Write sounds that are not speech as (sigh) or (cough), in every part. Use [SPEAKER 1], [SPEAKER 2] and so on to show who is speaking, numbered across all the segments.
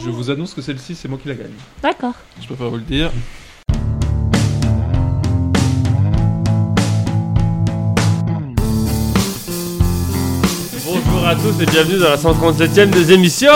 [SPEAKER 1] Je vous annonce que celle-ci, c'est moi qui la gagne.
[SPEAKER 2] D'accord.
[SPEAKER 1] Je préfère vous le dire.
[SPEAKER 3] Bonjour à tous et bienvenue dans la 137e des émissions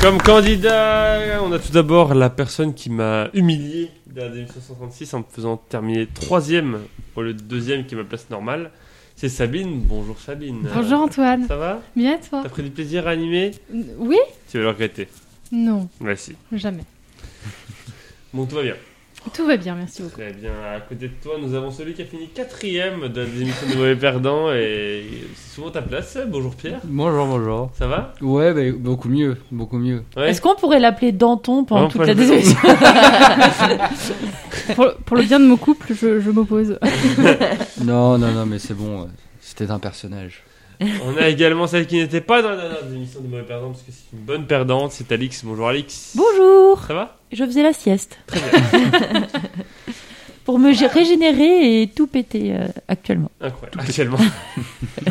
[SPEAKER 3] Comme candidat, on a tout d'abord la personne qui m'a humilié de la démission 136 en me faisant terminer troisième au lieu de deuxième qui est ma place normale. C'est Sabine. Bonjour Sabine.
[SPEAKER 4] Bonjour Antoine,
[SPEAKER 3] Ça va
[SPEAKER 4] bien et toi
[SPEAKER 3] T'as pris du plaisir à animer
[SPEAKER 4] Euh, Oui
[SPEAKER 3] Tu vas le regretter.
[SPEAKER 4] Non,
[SPEAKER 3] Merci.
[SPEAKER 4] jamais.
[SPEAKER 3] Bon, tout va bien.
[SPEAKER 4] Tout va bien, merci (laughs) beaucoup.
[SPEAKER 3] Très bien. À côté de toi, nous avons celui qui a fini quatrième de la démission des mauvais perdants et c'est souvent ta place. Bonjour Pierre.
[SPEAKER 5] Bonjour, bonjour.
[SPEAKER 3] Ça va
[SPEAKER 5] Ouais, bah, beaucoup mieux, beaucoup mieux.
[SPEAKER 3] Ouais.
[SPEAKER 2] Est-ce qu'on pourrait l'appeler Danton pendant
[SPEAKER 3] Non,
[SPEAKER 2] toute
[SPEAKER 3] pas
[SPEAKER 2] la
[SPEAKER 3] le-
[SPEAKER 2] désolation
[SPEAKER 3] (laughs)
[SPEAKER 4] Pour, pour le bien de mon couple, je, je m'oppose.
[SPEAKER 5] Non, non, non, mais c'est bon, euh, c'était un personnage.
[SPEAKER 3] On a également celle qui n'était pas dans la dernière émission des mauvais perdants parce que c'est une bonne perdante, c'est Alix. Bonjour Alix.
[SPEAKER 2] Bonjour
[SPEAKER 3] Ça va
[SPEAKER 2] Je faisais la sieste.
[SPEAKER 3] Très bien.
[SPEAKER 2] (laughs) Pour me gé- régénérer et tout péter euh, actuellement.
[SPEAKER 3] Incroyable. Actuellement.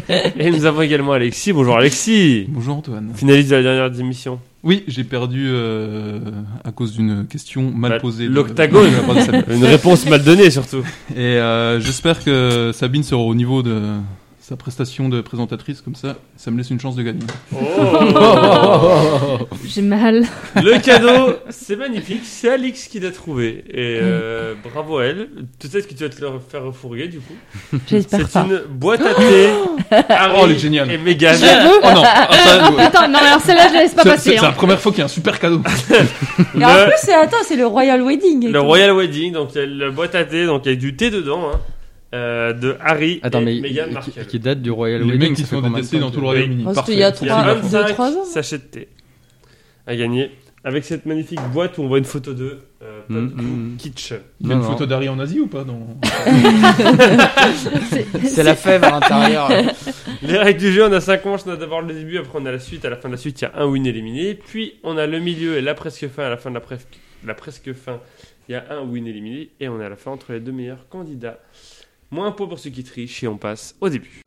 [SPEAKER 3] (laughs) Et nous avons également Alexis. Bonjour Alexis.
[SPEAKER 1] Bonjour Antoine.
[SPEAKER 3] Finaliste de la dernière émission.
[SPEAKER 1] Oui, j'ai perdu euh, à cause d'une question mal euh,
[SPEAKER 3] Bah,
[SPEAKER 1] posée. de-
[SPEAKER 3] l'octagone. (laughs)
[SPEAKER 1] de la part de Sabine.
[SPEAKER 3] Une réponse mal donnée surtout.
[SPEAKER 1] Et euh, j'espère que Sabine sera au niveau de sa prestation de présentatrice, comme ça, ça me laisse une chance de gagner.
[SPEAKER 2] Oh.
[SPEAKER 4] J'ai mal.
[SPEAKER 3] Le cadeau, c'est magnifique. C'est Alix qui l'a trouvé. Et euh, bravo à elle. Peut-être que tu vas te le faire refourguer du coup.
[SPEAKER 2] J'espère
[SPEAKER 3] C'est
[SPEAKER 2] pas.
[SPEAKER 3] une boîte à thé. Harry
[SPEAKER 1] Oh, elle est géniale.
[SPEAKER 3] Et Mégane.
[SPEAKER 1] Oh non ah, ça, (laughs) ouais.
[SPEAKER 4] Attends, non, mais alors celle-là, je la laisse pas
[SPEAKER 1] C'est-
[SPEAKER 4] passer.
[SPEAKER 1] C'est c'est la
[SPEAKER 4] Hein.
[SPEAKER 1] première fois qu'il y a un super cadeau.
[SPEAKER 2] Mais en
[SPEAKER 3] Le-
[SPEAKER 2] plus, c'est- attends, c'est le Royal Wedding. et
[SPEAKER 3] Le
[SPEAKER 2] tout.
[SPEAKER 3] Royal Wedding, donc il y a la boîte à thé, donc il y a du thé dedans, hein, euh, de Harry
[SPEAKER 5] Attends,
[SPEAKER 3] et
[SPEAKER 5] mais
[SPEAKER 3] Meghan
[SPEAKER 5] qui,
[SPEAKER 3] Markle.
[SPEAKER 5] qui date du Royal
[SPEAKER 1] Les
[SPEAKER 5] Wedding,
[SPEAKER 1] mecs qui
[SPEAKER 5] ça
[SPEAKER 1] sont
[SPEAKER 5] fait combien de
[SPEAKER 1] détestés
[SPEAKER 5] temps
[SPEAKER 1] dans
[SPEAKER 5] que-
[SPEAKER 1] tout le Royaume-Uni.
[SPEAKER 2] Parce qu'il
[SPEAKER 1] Parfait.
[SPEAKER 2] y a
[SPEAKER 3] Il y a
[SPEAKER 2] trois- deux,
[SPEAKER 3] 25
[SPEAKER 2] trois ans.
[SPEAKER 3] sachets de thé à gagner avec cette magnifique boîte où on voit une photo de euh, pas
[SPEAKER 5] Mm,
[SPEAKER 3] du tout
[SPEAKER 5] mm.
[SPEAKER 3] kitsch.
[SPEAKER 1] Il y a une
[SPEAKER 5] Non, non.
[SPEAKER 1] photo d'Harry en Asie ou pas dans- (laughs)
[SPEAKER 5] C'est la fève à l'intérieur.
[SPEAKER 3] (laughs) Les règles du jeu, on a 5 manches, on a d'abord le début, après on a la suite, à la fin de la suite il y a un win éliminé, puis on a le milieu et la presque fin, à la fin de la, presque- la presque fin il y a un win éliminé, et on a la fin entre les deux meilleurs candidats. Moins un point pour ceux qui trichent et on passe au début.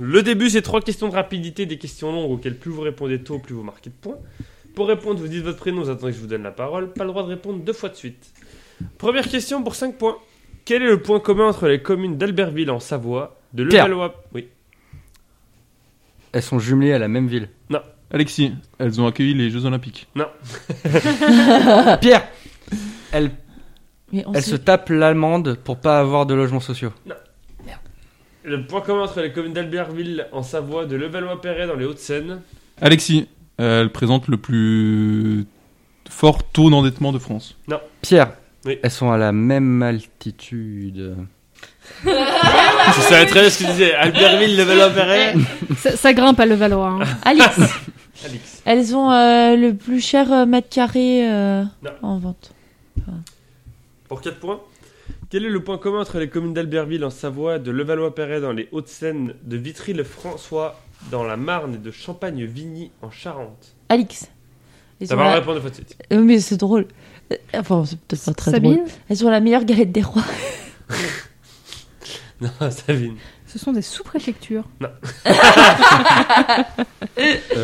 [SPEAKER 3] Le début, c'est trois questions de rapidité, des questions longues auxquelles plus vous répondez tôt, plus vous marquez de points. Pour répondre, vous dites votre prénom, vous attendez que je vous donne la parole. Pas le droit de répondre deux fois de suite. Première question pour 5 points. Quel est le point commun entre les communes d'Albertville en Savoie, de
[SPEAKER 5] Pierre.
[SPEAKER 3] Levallois Oui.
[SPEAKER 5] Elles sont jumelées à la même ville.
[SPEAKER 1] Alexis, elles ont accueilli les Jeux Olympiques.
[SPEAKER 5] Pierre Elle,
[SPEAKER 2] Mais on
[SPEAKER 5] elle
[SPEAKER 2] sait-
[SPEAKER 5] se tape l'allemande pour pas avoir de logements sociaux.
[SPEAKER 3] Le point commun entre les communes d'Albertville en Savoie, de Levallois-Perret dans les Hauts-de-Seine.
[SPEAKER 1] Alexis, euh, elle présente le plus fort taux d'endettement de France.
[SPEAKER 5] Pierre
[SPEAKER 3] Oui.
[SPEAKER 5] Elles sont à la même altitude.
[SPEAKER 3] Je savais très bien ce que tu disais. Albertville, Levallois-Perret.
[SPEAKER 4] Euh, Ça, ça grimpe à le Valois. hein.
[SPEAKER 3] (laughs)
[SPEAKER 2] Alix,
[SPEAKER 3] Alix.
[SPEAKER 2] elles ont euh, le plus cher euh, mètre carré euh,
[SPEAKER 3] Non.
[SPEAKER 2] en vente.
[SPEAKER 3] Pour 4 points. Quel est le point commun entre les communes d'Albertville en Savoie, de Levallois-Perret dans les Hauts-de-Seine, de Vitry-le-François dans la Marne et de Champagne-Vigny en Charente
[SPEAKER 2] Alix. Elles
[SPEAKER 3] Ça
[SPEAKER 2] ont
[SPEAKER 3] va
[SPEAKER 2] la-
[SPEAKER 3] répondre une fois de (laughs) suite.
[SPEAKER 2] Euh, Mais c'est drôle. Euh, Enfin, c'est peut-être pas très drôle.
[SPEAKER 4] Sabine,
[SPEAKER 2] Elles ont la meilleure galette des rois.
[SPEAKER 3] Non, Sabine.
[SPEAKER 4] ce sont des sous-préfectures.
[SPEAKER 5] Euh,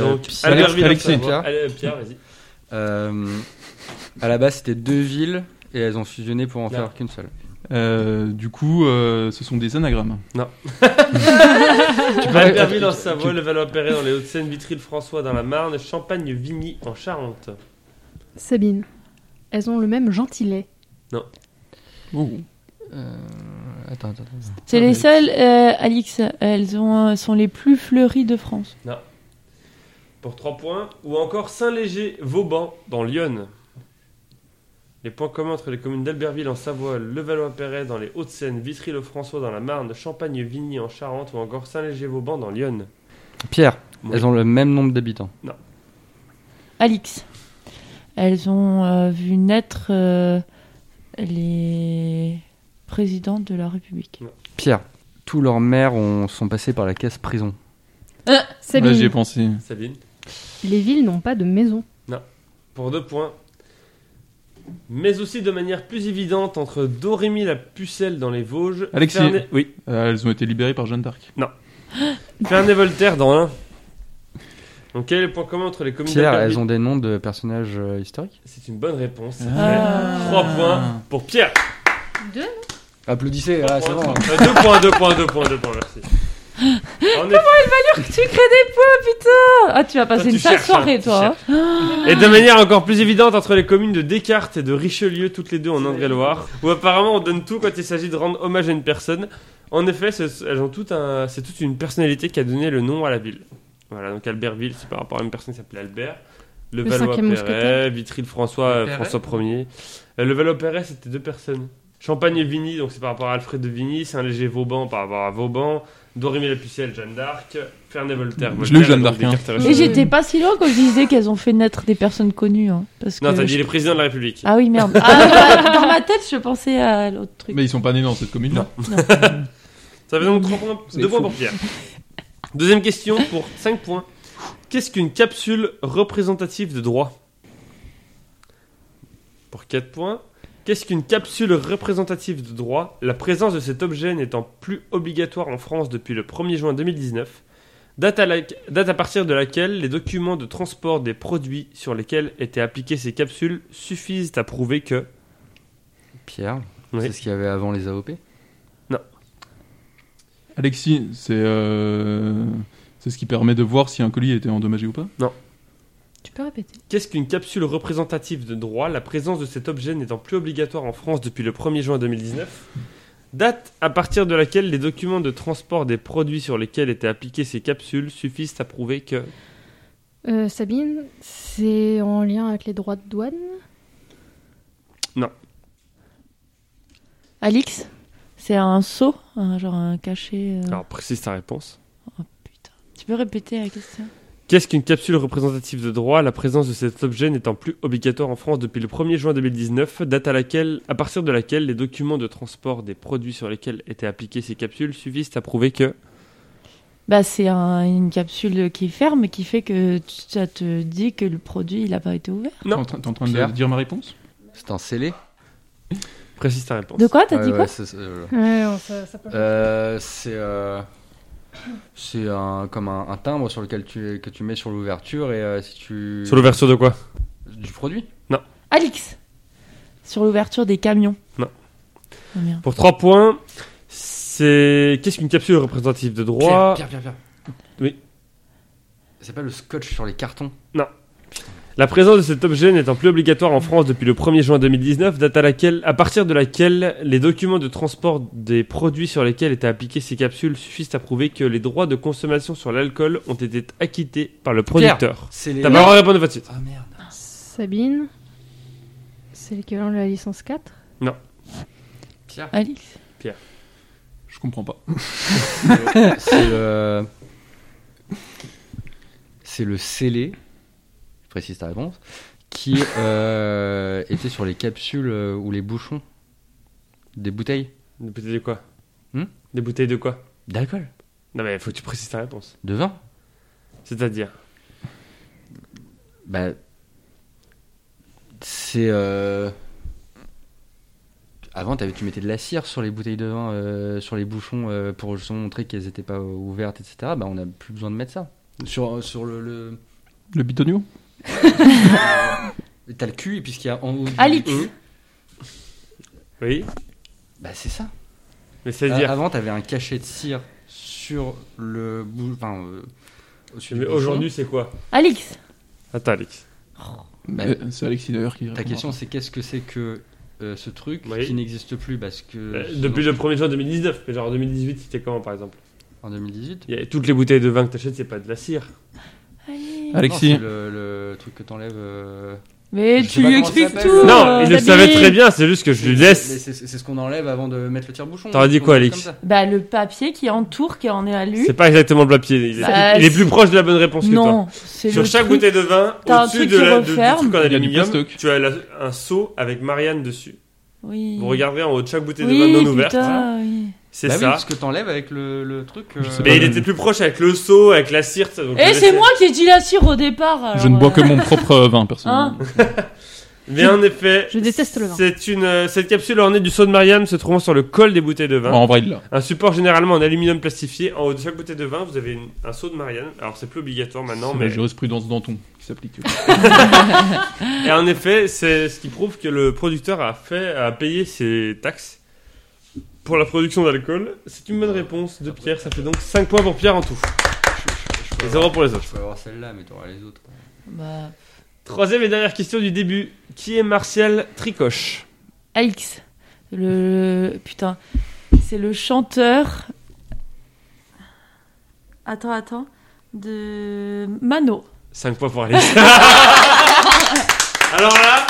[SPEAKER 3] Donc,
[SPEAKER 5] Pierre-
[SPEAKER 3] Albertville en
[SPEAKER 1] Alexis,
[SPEAKER 3] Savoie.
[SPEAKER 5] Pierre.
[SPEAKER 3] Allez, Pierre, vas-y.
[SPEAKER 5] Euh, à la base, c'était deux villes et elles ont fusionné pour en
[SPEAKER 3] Là.
[SPEAKER 5] faire qu'une seule.
[SPEAKER 1] Euh, du coup, euh, ce sont des anagrammes.
[SPEAKER 3] Albertville Ah, en Savoie, Levallois-Perret dans les Hauts-de-Seine, Vitry-le-François dans la Marne, Champagne-Vigny en Charente.
[SPEAKER 4] Sabine, elles ont le même gentilet.
[SPEAKER 5] Euh, attends, attends, attends.
[SPEAKER 2] C'est
[SPEAKER 1] Ah,
[SPEAKER 2] les
[SPEAKER 1] mais-
[SPEAKER 2] seules, euh, Alix. Elles ont, euh, sont les plus fleuries de France.
[SPEAKER 3] Pour 3 points. Ou encore Saint-Léger-Vauban dans l'Yonne. Les points communs entre les communes d'Albertville en Savoie, Levallois-Perret dans les Hauts-de-Seine, Vitry-le-François dans la Marne, Champagne-Vigny en Charente ou encore Saint-Léger-Vauban dans l'Yonne.
[SPEAKER 5] Pierre,
[SPEAKER 3] Oui.
[SPEAKER 5] elles ont le même nombre d'habitants.
[SPEAKER 2] Alix. Elles ont euh, vu naître euh, les présidents de la République.
[SPEAKER 5] Pierre, tous leurs maires ont- sont passés par la caisse prison.
[SPEAKER 4] Sabine,
[SPEAKER 1] Là, j'y ai pensé.
[SPEAKER 3] Sabine.
[SPEAKER 4] les villes n'ont pas de maison.
[SPEAKER 3] Pour 2 points. mais aussi de manière plus évidente entre Dorémy la pucelle dans les Vosges,
[SPEAKER 1] Alexis.
[SPEAKER 3] Fernet- oui,
[SPEAKER 1] Euh, elles ont été libérées par Jeanne d'Arc.
[SPEAKER 3] Fernet Voltaire dans l'un. Donc quel est le point commun entre les communes
[SPEAKER 5] Pierre,
[SPEAKER 3] d'Albertville-
[SPEAKER 5] elles ont des noms de personnages euh, historiques
[SPEAKER 3] C'est une bonne réponse. Ça
[SPEAKER 2] Ah.
[SPEAKER 3] fait 3 points pour Pierre.
[SPEAKER 4] Deux
[SPEAKER 5] Applaudissez,
[SPEAKER 3] Trois
[SPEAKER 5] ah, c'est
[SPEAKER 3] points,
[SPEAKER 5] bon.
[SPEAKER 3] trois- euh, deux points, deux points, deux points, deux points, merci. En effet,
[SPEAKER 2] tu crées des points, putain Ah, tu vas passer
[SPEAKER 3] Toi, tu
[SPEAKER 2] une sale
[SPEAKER 3] cherches, hein,
[SPEAKER 2] soirée,
[SPEAKER 3] tu
[SPEAKER 2] toi. hein.
[SPEAKER 3] Et de manière encore plus évidente entre les communes de Descartes et de Richelieu, toutes les deux en Indre-et-Loire, où apparemment on donne tout quand il s'agit de rendre hommage à une personne. En effet, ce- elles ont tout un- c'est toute une personnalité qui a donné le nom à la ville. Voilà, donc Albertville, c'est par rapport à une personne qui s'appelait Albert. Le,
[SPEAKER 4] Le cinquième
[SPEAKER 3] Valois-Perret,
[SPEAKER 4] mousquetaire.
[SPEAKER 3] Vitry le François, euh,
[SPEAKER 5] Perret.
[SPEAKER 3] François Ier. Euh, le Valois-Perret, c'était deux personnes. Champagne et Vigny, donc c'est par rapport à Alfred de Vigny. C'est un léger Vauban par rapport à Vauban. Dorémy la Pucelle, Jeanne d'Arc. Ferney Voltaire.
[SPEAKER 1] Je
[SPEAKER 3] Voltaire,
[SPEAKER 1] l'ai, Jeanne
[SPEAKER 3] donc
[SPEAKER 1] d'Arc, hein.
[SPEAKER 3] Descartes et Richelieu.
[SPEAKER 2] Et j'étais pas si loin quand je disais qu'elles ont fait naître des personnes connues. hein, parce
[SPEAKER 3] Non,
[SPEAKER 2] que
[SPEAKER 3] t'as dit les présidents de la République.
[SPEAKER 2] Ah oui, merde.
[SPEAKER 3] (laughs)
[SPEAKER 2] Ah, dans ma- dans ma tête, je pensais à l'autre truc.
[SPEAKER 1] Mais ils sont pas nés dans cette commune là.
[SPEAKER 3] Ça fait donc 3 points,
[SPEAKER 5] C'est
[SPEAKER 3] 2
[SPEAKER 5] fou.
[SPEAKER 3] points pour Pierre. Deuxième question pour 5 points. Qu'est-ce qu'une capsule représentative de droit Pour 4 points. Qu'est-ce qu'une capsule représentative de droit La présence de cet objet n'étant plus obligatoire en France depuis le 1er juin 2019, date à, la- date à partir de laquelle les documents de transport des produits sur lesquels étaient appliquées ces capsules suffisent à prouver que...
[SPEAKER 5] Pierre,
[SPEAKER 3] Oui.
[SPEAKER 5] c'est ce qu'il y avait avant les AOP
[SPEAKER 1] Alexis, c'est euh, c'est ce qui permet de voir si un colis était endommagé ou pas.
[SPEAKER 4] Tu peux répéter
[SPEAKER 3] Qu'est-ce qu'une capsule représentative de droit La présence de cet objet n'étant plus obligatoire en France depuis le 1er juin 2019, date à partir de laquelle les documents de transport des produits sur lesquels étaient appliquées ces capsules suffisent à prouver que...
[SPEAKER 4] Euh, Sabine, c'est en lien avec les droits de douane
[SPEAKER 3] Non.
[SPEAKER 2] Alix, c'est un seau, un- genre un cachet. euh,
[SPEAKER 3] Alors précise ta réponse.
[SPEAKER 2] Oh putain. Tu peux répéter la question
[SPEAKER 3] Qu'est-ce qu'une capsule représentative de droit La présence de cet objet n'étant plus obligatoire en France depuis le 1er juin 2019, date à, laquelle, à partir de laquelle les documents de transport des produits sur lesquels étaient appliquées ces capsules suffisent à prouver que...
[SPEAKER 2] Bah, c'est un- une capsule qui est ferme qui fait que tu- ça te dit que le produit il a pas été ouvert.
[SPEAKER 3] Non.
[SPEAKER 1] T'es en train- T'es en train de
[SPEAKER 5] Pierre.
[SPEAKER 1] dire ma réponse
[SPEAKER 5] C'est un scellé
[SPEAKER 3] Précise ta réponse.
[SPEAKER 2] De quoi T'as
[SPEAKER 5] Ouais,
[SPEAKER 2] dit
[SPEAKER 5] ouais,
[SPEAKER 2] quoi
[SPEAKER 5] c'est- c'est- euh,
[SPEAKER 4] Ouais, non, ça, ça peut.
[SPEAKER 5] euh, C'est euh, c'est un, comme un, un timbre sur lequel tu, que tu mets sur l'ouverture et euh, si tu.
[SPEAKER 3] Sur l'ouverture de quoi
[SPEAKER 5] Du produit
[SPEAKER 2] Alix Sur l'ouverture des camions.
[SPEAKER 3] Non.
[SPEAKER 2] Oh, merde.
[SPEAKER 3] Pour 3 points, c'est. Qu'est-ce qu'une capsule représentative de droit
[SPEAKER 5] Pierre, Pierre, Pierre.
[SPEAKER 3] Oui.
[SPEAKER 5] C'est pas le scotch sur les cartons
[SPEAKER 3] La présence de cet objet n'étant plus obligatoire en France depuis le 1er juin 2019, date à, laquelle, à partir de laquelle les documents de transport des produits sur lesquels étaient appliquées ces capsules suffisent à prouver que les droits de consommation sur l'alcool ont été acquittés par le producteur.
[SPEAKER 5] C'est les.
[SPEAKER 3] T'as pas le droit de répondre de suite.
[SPEAKER 5] Ah merde.
[SPEAKER 4] Sabine, c'est l'équivalent de la licence 4
[SPEAKER 5] Pierre.
[SPEAKER 2] Alix
[SPEAKER 1] Je comprends pas.
[SPEAKER 5] C'est le. C'est le scellé, je précise ta réponse, qui euh, était sur les capsules euh, ou les bouchons des bouteilles
[SPEAKER 3] Des bouteilles de quoi
[SPEAKER 5] Hmm
[SPEAKER 3] Des bouteilles de quoi
[SPEAKER 5] d'alcool,
[SPEAKER 3] Non mais faut que tu précises ta réponse.
[SPEAKER 5] de vin.
[SPEAKER 3] C'est-à-dire.
[SPEAKER 5] Bah. C'est. euh, Avant, t'avais- tu mettais de la cire sur les bouteilles de vin, euh, sur les bouchons, euh, pour justement montrer qu'elles n'étaient pas ouvertes, etc. Bah, on n'a plus besoin de mettre ça. Sur, sur le. le...
[SPEAKER 1] Le bitonio
[SPEAKER 5] T'as le cul, et puis ce qu'il y a en haut. du-
[SPEAKER 2] Alix
[SPEAKER 3] Oui
[SPEAKER 5] Bah, c'est ça.
[SPEAKER 3] Mais c'est-à-dire.
[SPEAKER 5] Euh, Avant, t'avais un cachet de cire sur le bou- enfin, euh, au-dessus
[SPEAKER 3] mais
[SPEAKER 5] du bouchon.
[SPEAKER 3] aujourd'hui c'est quoi
[SPEAKER 2] Alix
[SPEAKER 3] Attends Alex.
[SPEAKER 5] Bah,
[SPEAKER 1] Euh, C'est Alexis d'ailleurs qui répond.
[SPEAKER 5] ta question, c'est qu'est-ce que c'est que euh, ce truc
[SPEAKER 3] Oui.
[SPEAKER 5] qui n'existe plus parce que
[SPEAKER 3] Euh,
[SPEAKER 5] ce-
[SPEAKER 3] depuis le 1er juin 2019, mais genre en 2018, c'était comment par exemple
[SPEAKER 5] en 2018.
[SPEAKER 3] Il y a- Toutes les bouteilles de vin que t'achètes, c'est pas de la cire.
[SPEAKER 2] Allez.
[SPEAKER 1] Alexis.
[SPEAKER 5] Non, c'est le, le truc que t'enlèves. euh,
[SPEAKER 2] Mais
[SPEAKER 5] Je sais
[SPEAKER 2] tu
[SPEAKER 5] pas
[SPEAKER 2] lui
[SPEAKER 5] comment ça
[SPEAKER 2] expliques
[SPEAKER 5] s'appelle.
[SPEAKER 2] tout
[SPEAKER 3] non,
[SPEAKER 2] euh,
[SPEAKER 3] il le
[SPEAKER 2] Sabine.
[SPEAKER 3] savait très bien, c'est juste que je lui
[SPEAKER 5] mais c'est- mais
[SPEAKER 3] laisse.
[SPEAKER 5] C'est c'est ce qu'on enlève avant de mettre le tire-bouchon.
[SPEAKER 3] T'aurais dit
[SPEAKER 5] Ou
[SPEAKER 3] quoi,
[SPEAKER 5] un truc
[SPEAKER 3] Alix
[SPEAKER 5] comme ça.
[SPEAKER 2] Bah, le papier qui entoure, qui en est à lui.
[SPEAKER 3] C'est pas exactement le papier. Il, est-
[SPEAKER 2] Bah,
[SPEAKER 3] il est
[SPEAKER 2] c'est-
[SPEAKER 3] plus proche de la bonne réponse que toi.
[SPEAKER 2] Non, c'est
[SPEAKER 3] Sur
[SPEAKER 2] le
[SPEAKER 3] chaque
[SPEAKER 2] truc.
[SPEAKER 3] bouteille de vin,
[SPEAKER 2] T'as un
[SPEAKER 3] au-dessus
[SPEAKER 2] truc
[SPEAKER 3] de
[SPEAKER 2] qui
[SPEAKER 3] la, de- du
[SPEAKER 2] referme.
[SPEAKER 3] truc en
[SPEAKER 1] Il y a du
[SPEAKER 3] aluminium,
[SPEAKER 1] plastoc.
[SPEAKER 3] tu as la- un seau avec Marianne dessus.
[SPEAKER 2] Oui.
[SPEAKER 3] Vous regarderez en haut de chaque bouteille de vin
[SPEAKER 2] Oui,
[SPEAKER 3] non ouverte.
[SPEAKER 2] putain, oui. Eh,
[SPEAKER 3] C'est
[SPEAKER 5] Bah oui,
[SPEAKER 3] ça.
[SPEAKER 5] parce que t'enlèves avec le, le truc.
[SPEAKER 1] Je sais
[SPEAKER 5] euh,
[SPEAKER 1] pas.
[SPEAKER 3] mais il était plus proche avec le seau, avec la cire. ça, donc je
[SPEAKER 2] Eh,
[SPEAKER 3] laissais.
[SPEAKER 2] c'est moi qui ai dit la cire au départ.
[SPEAKER 1] Je ne bois que
[SPEAKER 2] moi.
[SPEAKER 1] mon propre euh, vin, personnellement.
[SPEAKER 3] Mais en effet,
[SPEAKER 4] Je déteste le vin.
[SPEAKER 3] c'est une, euh, cette capsule ornée du saut de Marianne se trouvant sur le col des bouteilles de vin.
[SPEAKER 1] En vrai, il l'a.
[SPEAKER 3] Un support généralement en aluminium plastifié. En haut de chaque bouteille de vin, vous avez une- un seau de Marianne. Alors, c'est plus obligatoire maintenant,
[SPEAKER 1] C'est
[SPEAKER 3] mais.
[SPEAKER 1] la jurisprudence Danton qui s'applique.
[SPEAKER 3] Et en effet, c'est ce qui prouve que le producteur a, fait, a payé ses taxes pour la production d'alcool. C'est une bonne réponse de Pierre. Ça fait donc 5 points pour Pierre en tout. Et 0 pour les autres.
[SPEAKER 5] Je peux avoir celle-là, mais t'auras les autres.
[SPEAKER 2] Bah,
[SPEAKER 3] Troisième et dernière question du début. Qui est Martial Tricoche
[SPEAKER 2] Alix, le putain, c'est le chanteur. Attends, attends, de Mano.
[SPEAKER 3] 5 points pour Alice. (laughs) Alors là,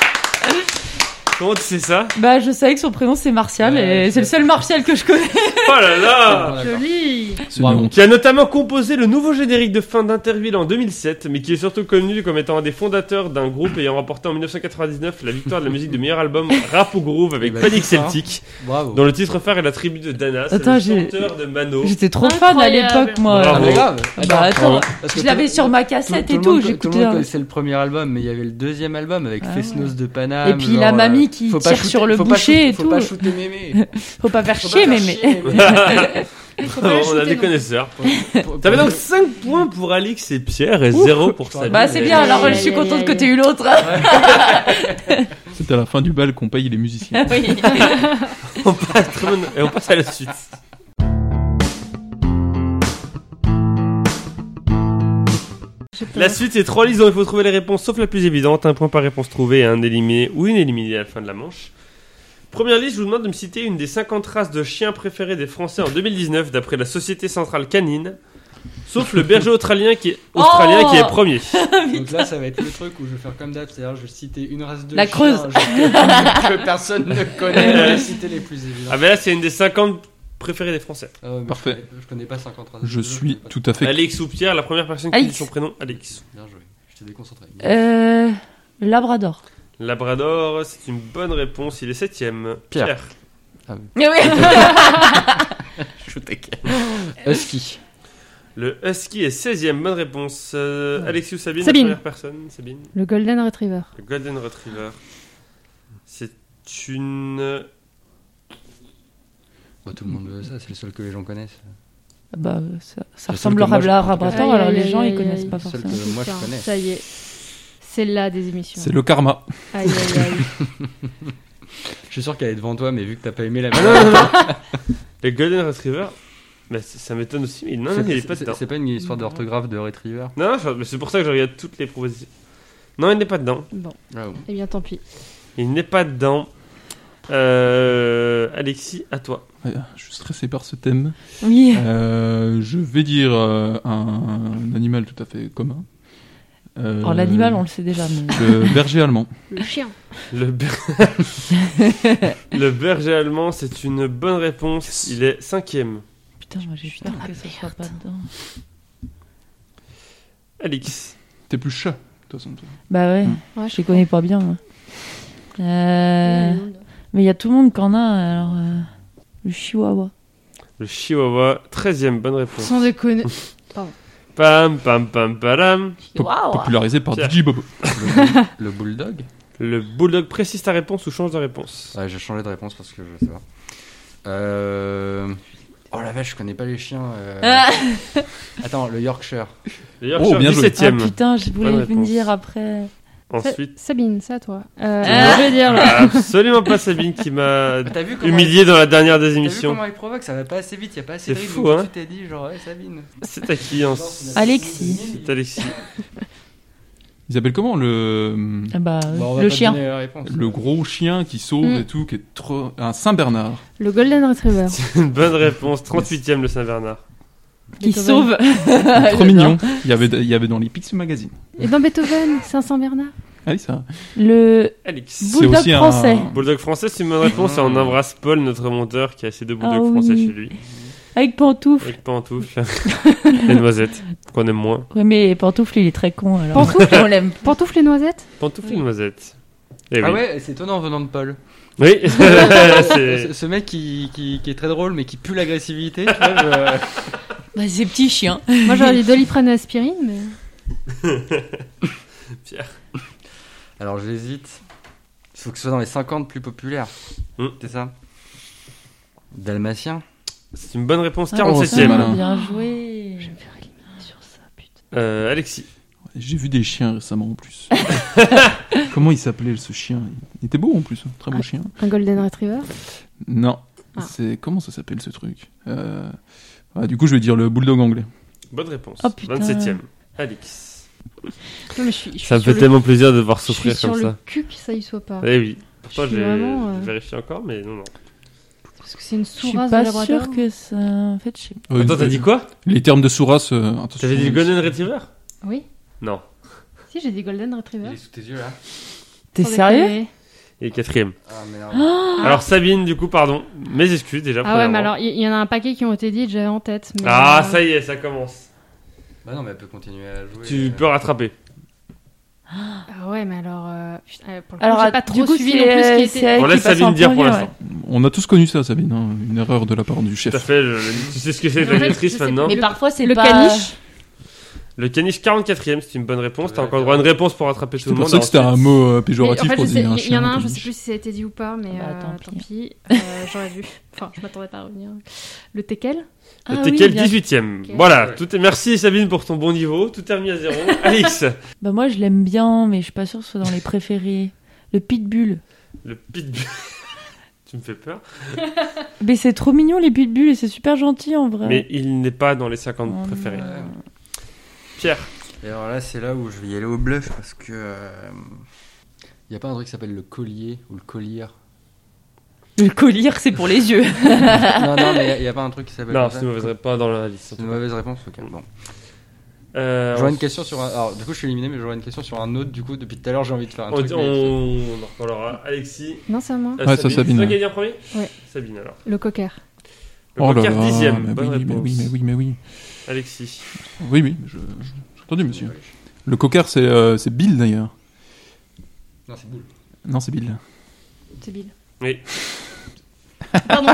[SPEAKER 3] comment tu sais ça
[SPEAKER 2] Bah, je savais que son prénom c'est Martial
[SPEAKER 5] Ouais,
[SPEAKER 2] et c'est le seul Martial que je connais.
[SPEAKER 3] Oh là là
[SPEAKER 4] Joli
[SPEAKER 1] C'est une
[SPEAKER 5] Bravo.
[SPEAKER 1] honte.
[SPEAKER 3] qui a notamment composé le nouveau générique de fin d'Interville en 2007, mais qui est surtout connu comme étant un des fondateurs d'un groupe ayant remporté en 1999 la victoire de la musique de meilleur album Rap ou Groove avec
[SPEAKER 5] Eh ben,
[SPEAKER 3] Panic
[SPEAKER 5] c'est ça.
[SPEAKER 3] Celtic,
[SPEAKER 5] Bravo.
[SPEAKER 3] dont le titre phare est la tribu de Dana, c'est
[SPEAKER 2] Attends,
[SPEAKER 3] le
[SPEAKER 2] j'ai-
[SPEAKER 3] chanteur de Mano.
[SPEAKER 2] (laughs)
[SPEAKER 3] (laughs)
[SPEAKER 2] J'étais trop fan à
[SPEAKER 4] Incroyable.
[SPEAKER 2] l'époque, moi.
[SPEAKER 5] Ah,
[SPEAKER 3] Bravo.
[SPEAKER 5] mais grave.
[SPEAKER 2] Bah, attends,
[SPEAKER 5] Parce que
[SPEAKER 2] je
[SPEAKER 5] tout-
[SPEAKER 2] l'avais sur ma
[SPEAKER 5] tout-
[SPEAKER 2] cassette
[SPEAKER 5] tout le
[SPEAKER 2] et tout.
[SPEAKER 5] monde- Tout le
[SPEAKER 2] J'écoutais. hein.
[SPEAKER 5] monde
[SPEAKER 2] un-
[SPEAKER 5] connaissait le premier album, mais il y avait le deuxième album avec
[SPEAKER 2] Ah
[SPEAKER 5] Fesnos de Paname.
[SPEAKER 2] Et puis la
[SPEAKER 5] genre,
[SPEAKER 2] mamie
[SPEAKER 5] euh,
[SPEAKER 2] qui
[SPEAKER 5] faut pas
[SPEAKER 2] tire
[SPEAKER 5] shooter-
[SPEAKER 2] sur le
[SPEAKER 5] faut pas
[SPEAKER 2] boucher
[SPEAKER 5] shooter-
[SPEAKER 2] et
[SPEAKER 5] Faut pas
[SPEAKER 2] tout.
[SPEAKER 5] shooter
[SPEAKER 2] (laughs)
[SPEAKER 5] mémé.
[SPEAKER 2] Faut pas faire
[SPEAKER 5] Faut
[SPEAKER 2] chier,
[SPEAKER 5] pas
[SPEAKER 2] mais
[SPEAKER 5] faire
[SPEAKER 2] mais.
[SPEAKER 5] chier, mémé.
[SPEAKER 2] (laughs)
[SPEAKER 3] On a des connaisseurs. T'avais donc 5 points pour Alix et Pierre et 0 pour Sabine.
[SPEAKER 2] Bah, c'est bien.
[SPEAKER 4] Aïe,
[SPEAKER 2] Alors,
[SPEAKER 4] aïe,
[SPEAKER 2] je suis
[SPEAKER 4] aïe,
[SPEAKER 2] contente
[SPEAKER 4] aïe,
[SPEAKER 2] que
[SPEAKER 4] aïe.
[SPEAKER 2] t'aies eu l'autre.
[SPEAKER 1] C'est à la fin du bal qu'on paye les
[SPEAKER 2] (laughs)
[SPEAKER 4] Ah,
[SPEAKER 1] musiciens.
[SPEAKER 2] Oui.
[SPEAKER 3] On passe- très bonne- Et on passe à la suite. La suite, c'est trois listes dont il faut trouver les réponses, sauf la plus évidente. Un point par réponse trouvée et un éliminé ou une éliminée à la fin de la manche. Première liste, je vous demande de me citer une des 50 races de chiens préférées des Français en 2019 d'après la Société Centrale Canine, sauf le berger australien
[SPEAKER 2] (laughs)
[SPEAKER 3] qui est, australien
[SPEAKER 2] Oh
[SPEAKER 3] qui est premier.
[SPEAKER 5] Donc là, ça va être le truc où je vais faire comme d'hab, c'est-à-dire je vais citer une race de
[SPEAKER 2] La
[SPEAKER 5] chiens,
[SPEAKER 2] Creuse.
[SPEAKER 5] genre, que, que personne ne connaît, je vais citer les plus
[SPEAKER 3] Ah
[SPEAKER 5] évidentes.
[SPEAKER 3] ben là, c'est une des 50 préférées des Français.
[SPEAKER 5] Ah ouais, mais
[SPEAKER 1] Parfait.
[SPEAKER 5] Je connais, je connais pas 50 races. de
[SPEAKER 1] Je
[SPEAKER 5] chiens,
[SPEAKER 1] suis
[SPEAKER 5] je connais pas
[SPEAKER 1] tout à fait.
[SPEAKER 3] Alex ou Pierre, la première personne qui
[SPEAKER 2] Alix.
[SPEAKER 3] dit son prénom, Alex.
[SPEAKER 5] Bien joué, je t'ai déconcentré.
[SPEAKER 2] Euh, Labrador.
[SPEAKER 3] Labrador, c'est une bonne réponse, il est septième.
[SPEAKER 5] Pierre.
[SPEAKER 4] Ah
[SPEAKER 2] Mais oui.
[SPEAKER 5] Husky.
[SPEAKER 3] Le Husky est 16 e bonne réponse. Euh, Alexis ou Sabine, la
[SPEAKER 4] Sabine.
[SPEAKER 3] première personne, Sabine.
[SPEAKER 4] Le Golden Retriever.
[SPEAKER 3] Le Golden Retriever. C'est une...
[SPEAKER 5] Bah, tout le monde veut ça, c'est le seul que les gens connaissent.
[SPEAKER 2] (laughs) Bah, euh, ça, ça
[SPEAKER 5] C'est le
[SPEAKER 2] ressemble
[SPEAKER 5] seul que moi,
[SPEAKER 2] à
[SPEAKER 5] je-
[SPEAKER 2] la Labrador,
[SPEAKER 4] Aïe,
[SPEAKER 2] alors
[SPEAKER 4] aïe,
[SPEAKER 2] les gens
[SPEAKER 4] aïe,
[SPEAKER 2] ils
[SPEAKER 4] aïe,
[SPEAKER 2] connaissent
[SPEAKER 4] aïe.
[SPEAKER 2] pas
[SPEAKER 5] Seul
[SPEAKER 2] forcément.
[SPEAKER 3] Euh,
[SPEAKER 5] que moi je
[SPEAKER 4] Putain,
[SPEAKER 5] connais.
[SPEAKER 4] Ça y est. C'est là des émissions.
[SPEAKER 1] C'est le karma.
[SPEAKER 4] Aïe, aïe, aïe.
[SPEAKER 5] Je suis sûr qu'elle est devant toi, mais vu que t'as
[SPEAKER 1] (laughs)
[SPEAKER 5] pas aimé la
[SPEAKER 3] (laughs) Le Golden Retriever, bah, c- ça m'étonne aussi, mais non, non, il
[SPEAKER 5] c'est,
[SPEAKER 3] est pas
[SPEAKER 5] c'est-
[SPEAKER 3] dedans.
[SPEAKER 5] c'est pas une histoire d'orthographe de retriever.
[SPEAKER 3] Non, non, je- mais c'est pour ça que je regarde toutes les propositions. Non, il n'est pas dedans.
[SPEAKER 4] Bon,
[SPEAKER 5] Ah, bon.
[SPEAKER 4] eh bien tant pis.
[SPEAKER 3] Il n'est pas dedans. Euh, Alexis, à toi.
[SPEAKER 1] Ouais, Euh, je suis stressé par ce thème.
[SPEAKER 2] Oui.
[SPEAKER 1] Euh, je vais dire euh, un, un animal tout à fait commun. Euh,
[SPEAKER 2] Alors Oh, l'animal, on le sait déjà. Mais...
[SPEAKER 1] Le (laughs) berger allemand.
[SPEAKER 4] Le chien.
[SPEAKER 3] Le, ber- Le berger allemand, c'est une bonne réponse. Il est cinquième.
[SPEAKER 2] Putain, moi j'ai peur que ce soit pas dedans.
[SPEAKER 3] Alix.
[SPEAKER 1] T'es plus chat, de toute façon. toi.
[SPEAKER 2] Bah ouais,
[SPEAKER 1] Hmm.
[SPEAKER 4] Ouais,
[SPEAKER 2] je les connais pas bien. moi. Euh, Mais il y a tout le monde qui en a, alors. euh, Le chihuahua.
[SPEAKER 3] Le chihuahua, 13ème, bonne réponse.
[SPEAKER 4] Sans déconner.
[SPEAKER 3] Pam, pam, pam, param.
[SPEAKER 1] Pop- Popularisé par
[SPEAKER 3] Pierre.
[SPEAKER 1] DJ
[SPEAKER 2] (laughs)
[SPEAKER 1] Bobo.
[SPEAKER 5] Le, bull- le bulldog
[SPEAKER 3] Le bulldog précise ta réponse ou change de réponse.
[SPEAKER 5] Ouais, j'ai changé de réponse parce que je sais pas. Euh... Oh la vache, je connais pas les chiens. euh. (laughs)
[SPEAKER 2] Ah,
[SPEAKER 5] Attends, le Yorkshire.
[SPEAKER 3] D'ailleurs,
[SPEAKER 1] Oh, bien joué.
[SPEAKER 3] 17
[SPEAKER 2] ah,
[SPEAKER 3] e
[SPEAKER 2] putain, je voulais
[SPEAKER 3] Bonne
[SPEAKER 2] me
[SPEAKER 3] réponse.
[SPEAKER 2] dire après.
[SPEAKER 3] Ensuite,
[SPEAKER 4] Sabine, c'est à toi. Euh,
[SPEAKER 2] Ah.
[SPEAKER 4] Je vais dire là.
[SPEAKER 3] absolument pas Sabine qui m'a
[SPEAKER 5] Bah, T'as vu comment
[SPEAKER 3] humilié dans la dernière des
[SPEAKER 5] il, t'as vu
[SPEAKER 3] émissions.
[SPEAKER 5] comment il provoque Ça va pas assez vite, y a pas
[SPEAKER 3] C'est
[SPEAKER 5] assez de rythme.
[SPEAKER 3] fou,
[SPEAKER 5] donc
[SPEAKER 3] hein.
[SPEAKER 5] Tu t'es dit genre, ouais, Sabine.
[SPEAKER 3] C'est à qui en-
[SPEAKER 5] Ah.
[SPEAKER 2] Alexis.
[SPEAKER 3] C'est Alexis.
[SPEAKER 1] Ils appellent comment le,
[SPEAKER 2] Ah Bah,
[SPEAKER 5] Bon, on va
[SPEAKER 2] le
[SPEAKER 5] pas
[SPEAKER 2] chien.
[SPEAKER 5] donner la réponse.
[SPEAKER 1] le gros chien qui sauve
[SPEAKER 2] Hmm.
[SPEAKER 4] Mm.
[SPEAKER 1] et tout, qui est trop. Un
[SPEAKER 2] (laughs)
[SPEAKER 1] Saint-Bernard.
[SPEAKER 4] Le Golden Retriever.
[SPEAKER 3] C'est une bonne réponse, 38 e le Saint-Bernard.
[SPEAKER 2] Qui
[SPEAKER 4] Beethoven.
[SPEAKER 2] sauve. Ah, (laughs)
[SPEAKER 1] Trop mignon. Il y avait, il y avait dans les Pix Magazine.
[SPEAKER 4] Et dans Beethoven, 500 Bernard.
[SPEAKER 1] Ah oui, ça.
[SPEAKER 2] Le
[SPEAKER 3] Alix.
[SPEAKER 1] C'est
[SPEAKER 2] bulldog
[SPEAKER 1] aussi un-
[SPEAKER 2] français.
[SPEAKER 3] Bulldog français, c'est une bonne réponse. Et on embrasse Paul, notre monteur, qui a ses deux bulldogs
[SPEAKER 2] Ah oui.
[SPEAKER 3] français chez lui.
[SPEAKER 2] Avec pantoufles.
[SPEAKER 3] Avec pantoufles (laughs) et noisettes, qu'on aime moins.
[SPEAKER 2] Ouais, mais pantoufles, il est très con alors. (laughs)
[SPEAKER 4] Pantoufles
[SPEAKER 2] on l'aime.
[SPEAKER 4] Pantoufles et noisettes
[SPEAKER 3] Pantoufles et noisettes. Eh
[SPEAKER 5] Ah
[SPEAKER 3] oui.
[SPEAKER 5] ouais, c'est étonnant venant
[SPEAKER 3] (laughs)
[SPEAKER 5] de Paul.
[SPEAKER 3] Oui, c'est-
[SPEAKER 5] Ce ce mec qui, qui, qui est très drôle mais qui pue l'agressivité, tu vois, je-
[SPEAKER 2] Bah, ces petits chiens.
[SPEAKER 4] Moi j'aurais dit Doliprane et aspirine, mais.
[SPEAKER 5] Alors j'hésite. faut que ce soit dans les 50 plus populaires.
[SPEAKER 3] Hmm.
[SPEAKER 5] C'est ça Dalmatien
[SPEAKER 3] C'est une bonne réponse,
[SPEAKER 2] Ah,
[SPEAKER 3] 47ème.
[SPEAKER 2] putain,
[SPEAKER 1] malin.
[SPEAKER 2] Bien joué.
[SPEAKER 4] Je vais me faire éliminer sur ça, putain.
[SPEAKER 3] Euh, Alexis.
[SPEAKER 1] J'ai vu des chiens récemment en
[SPEAKER 3] (laughs)
[SPEAKER 1] plus. Comment il s'appelait ce chien Il était beau en plus, hein. très beau
[SPEAKER 4] Ah.
[SPEAKER 1] chien.
[SPEAKER 4] Un Golden Retriever
[SPEAKER 1] Non,
[SPEAKER 4] Ah.
[SPEAKER 1] c'est comment ça s'appelle ce truc Euh, ah, Du coup, je vais dire le bulldog anglais.
[SPEAKER 3] Bonne réponse.
[SPEAKER 2] Oh, putain.
[SPEAKER 3] 27ème. Alex.
[SPEAKER 4] Non, mais je suis, je suis
[SPEAKER 3] Ça me
[SPEAKER 4] sur
[SPEAKER 3] fait
[SPEAKER 4] le-
[SPEAKER 3] tellement plaisir de voir
[SPEAKER 4] Je suis
[SPEAKER 3] souffrir
[SPEAKER 4] sur
[SPEAKER 3] comme
[SPEAKER 4] le
[SPEAKER 3] ça.
[SPEAKER 4] cul que ça y soit pas.
[SPEAKER 3] Eh oui. Pourtant,
[SPEAKER 4] Je suis
[SPEAKER 3] j'ai
[SPEAKER 4] vraiment, euh,
[SPEAKER 3] j'ai vérifié encore, mais non, non.
[SPEAKER 4] Parce que c'est une
[SPEAKER 2] Je suis
[SPEAKER 4] sous-race de
[SPEAKER 2] pas
[SPEAKER 4] labrador.
[SPEAKER 2] sûr que ça. En fait, je sais pas.
[SPEAKER 3] Attends, t'as dit quoi
[SPEAKER 1] Les termes de Souras. euh, attention.
[SPEAKER 3] T'avais dit le Golden Retriever
[SPEAKER 4] Oui.
[SPEAKER 3] Non.
[SPEAKER 4] Si, j'ai des Golden Retriever.
[SPEAKER 5] sous tes yeux là
[SPEAKER 2] T'es
[SPEAKER 4] Sans
[SPEAKER 2] sérieux
[SPEAKER 4] déconner.
[SPEAKER 3] Et quatrième.
[SPEAKER 5] Ah merde.
[SPEAKER 3] Alors, Sabine, du coup, pardon. Mes excuses déjà.
[SPEAKER 4] Ah ouais, mais
[SPEAKER 3] premièrement.
[SPEAKER 4] alors, il y, il y en a un paquet qui ont été dites, j'avais en tête. Mais
[SPEAKER 3] Ah,
[SPEAKER 4] euh,
[SPEAKER 3] ça y est, ça commence.
[SPEAKER 5] Bah non, mais elle peut continuer à jouer.
[SPEAKER 3] Tu peux rattraper.
[SPEAKER 4] Ah ouais, mais alors. euh, putain, euh, pour le coup,
[SPEAKER 2] Alors,
[SPEAKER 4] j'ai pas
[SPEAKER 2] att-
[SPEAKER 4] trop
[SPEAKER 2] du coup,
[SPEAKER 4] suivi
[SPEAKER 2] c'est,
[SPEAKER 4] non plus ce
[SPEAKER 2] euh,
[SPEAKER 4] qui
[SPEAKER 2] c'est
[SPEAKER 4] était-
[SPEAKER 2] elle
[SPEAKER 3] On
[SPEAKER 2] qui
[SPEAKER 3] laisse
[SPEAKER 2] passe
[SPEAKER 3] Sabine
[SPEAKER 2] en
[SPEAKER 3] dire pour
[SPEAKER 2] premier, ouais.
[SPEAKER 3] l'instant.
[SPEAKER 1] On a tous connu ça, Sabine. hein, Une erreur de la part du
[SPEAKER 3] Tout à
[SPEAKER 1] chef.
[SPEAKER 3] fait, je- tu sais ce que c'est
[SPEAKER 4] Mais en
[SPEAKER 3] la
[SPEAKER 4] fait,
[SPEAKER 3] directrice
[SPEAKER 4] je sais
[SPEAKER 3] maintenant.
[SPEAKER 2] Mais
[SPEAKER 4] Le-
[SPEAKER 2] parfois, c'est
[SPEAKER 4] le
[SPEAKER 2] pas-
[SPEAKER 4] caniche
[SPEAKER 3] Le caniche 44ème, c'est une bonne réponse. T'as
[SPEAKER 5] Ouais,
[SPEAKER 3] encore
[SPEAKER 5] bien.
[SPEAKER 3] droit à une réponse pour rattraper tout
[SPEAKER 1] C'est
[SPEAKER 3] le
[SPEAKER 1] pour
[SPEAKER 3] monde.
[SPEAKER 1] ça que c'était un
[SPEAKER 3] Ensuite,
[SPEAKER 1] mot euh,
[SPEAKER 4] Mais en
[SPEAKER 1] péjoratif
[SPEAKER 4] fait,
[SPEAKER 1] pour
[SPEAKER 4] je sais-
[SPEAKER 1] désigner un
[SPEAKER 4] il y
[SPEAKER 1] chien.
[SPEAKER 4] en a un, je
[SPEAKER 1] comme
[SPEAKER 4] sais plus si ça a été dit ou pas, mais
[SPEAKER 2] Ah bah,
[SPEAKER 4] euh,
[SPEAKER 2] tant
[SPEAKER 4] tant
[SPEAKER 2] pis. (laughs)
[SPEAKER 4] pis. Euh, J'aurais dû. Enfin, je m'attendais pas à revenir. Le teckel
[SPEAKER 2] Ah
[SPEAKER 3] T'es
[SPEAKER 2] oui,
[SPEAKER 3] quel
[SPEAKER 2] bien.
[SPEAKER 3] 18ème
[SPEAKER 4] Ok.
[SPEAKER 3] Voilà,
[SPEAKER 5] Ouais.
[SPEAKER 3] tout est... merci Sabine pour ton bon niveau. Tout termine à
[SPEAKER 4] (laughs)
[SPEAKER 3] zéro. Alix,
[SPEAKER 2] Bah, moi, je l'aime bien, mais je suis pas sûre que ce soit dans les préférés. Le pitbull.
[SPEAKER 3] le pitbull. (laughs) tu me fais peur.
[SPEAKER 2] Mais c'est trop mignon, les pitbulls, et c'est super gentil en vrai.
[SPEAKER 3] Mais il n'est pas dans les 50
[SPEAKER 2] Oh,
[SPEAKER 3] préférés.
[SPEAKER 2] non.
[SPEAKER 3] Pierre,
[SPEAKER 5] Et alors là, c'est là où je vais y aller au bluff parce que. euh, Y a pas un truc qui s'appelle le collier ou le collier
[SPEAKER 2] Le collier, c'est pour les yeux.
[SPEAKER 5] Non, non, mais y a, pas un truc qui s'appelle.
[SPEAKER 3] non,
[SPEAKER 5] comme
[SPEAKER 3] c'est
[SPEAKER 5] ça
[SPEAKER 3] une mauvaise réponse dans la liste. en
[SPEAKER 5] C'est
[SPEAKER 3] tout
[SPEAKER 5] une
[SPEAKER 3] cas.
[SPEAKER 5] mauvaise réponse, ok. Bon.
[SPEAKER 3] Euh,
[SPEAKER 5] J'aurais
[SPEAKER 3] on-
[SPEAKER 5] une question sur un. Alors, du coup, je suis éliminé, mais j'aurais une question sur un autre. Du coup, depuis tout à l'heure, j'ai envie de faire un
[SPEAKER 3] on,
[SPEAKER 5] truc.
[SPEAKER 3] on,
[SPEAKER 5] mais-
[SPEAKER 3] on en reparlera. Alexis,
[SPEAKER 4] Non, c'est à moi.
[SPEAKER 3] euh,
[SPEAKER 1] Ouais, ça,
[SPEAKER 3] Sabine.
[SPEAKER 1] Sabine.
[SPEAKER 3] C'est toi qui as dit en premier
[SPEAKER 4] Ouais.
[SPEAKER 3] Sabine alors.
[SPEAKER 4] Le cocker.
[SPEAKER 3] Le
[SPEAKER 1] Oh là
[SPEAKER 3] poker
[SPEAKER 1] là,
[SPEAKER 3] dixième,
[SPEAKER 1] mais
[SPEAKER 3] bonne
[SPEAKER 1] oui, mais
[SPEAKER 3] réponse.
[SPEAKER 1] oui, mais oui, mais oui.
[SPEAKER 3] Alexis.
[SPEAKER 1] Oui, oui, je- je- j'ai entendu, monsieur.
[SPEAKER 5] Ah
[SPEAKER 1] Le cocker, c'est euh, c'est Bill d'ailleurs.
[SPEAKER 5] Non, c'est boule.
[SPEAKER 1] Non, c'est Bill.
[SPEAKER 4] C'est Bill.
[SPEAKER 3] Oui.
[SPEAKER 4] Pardon.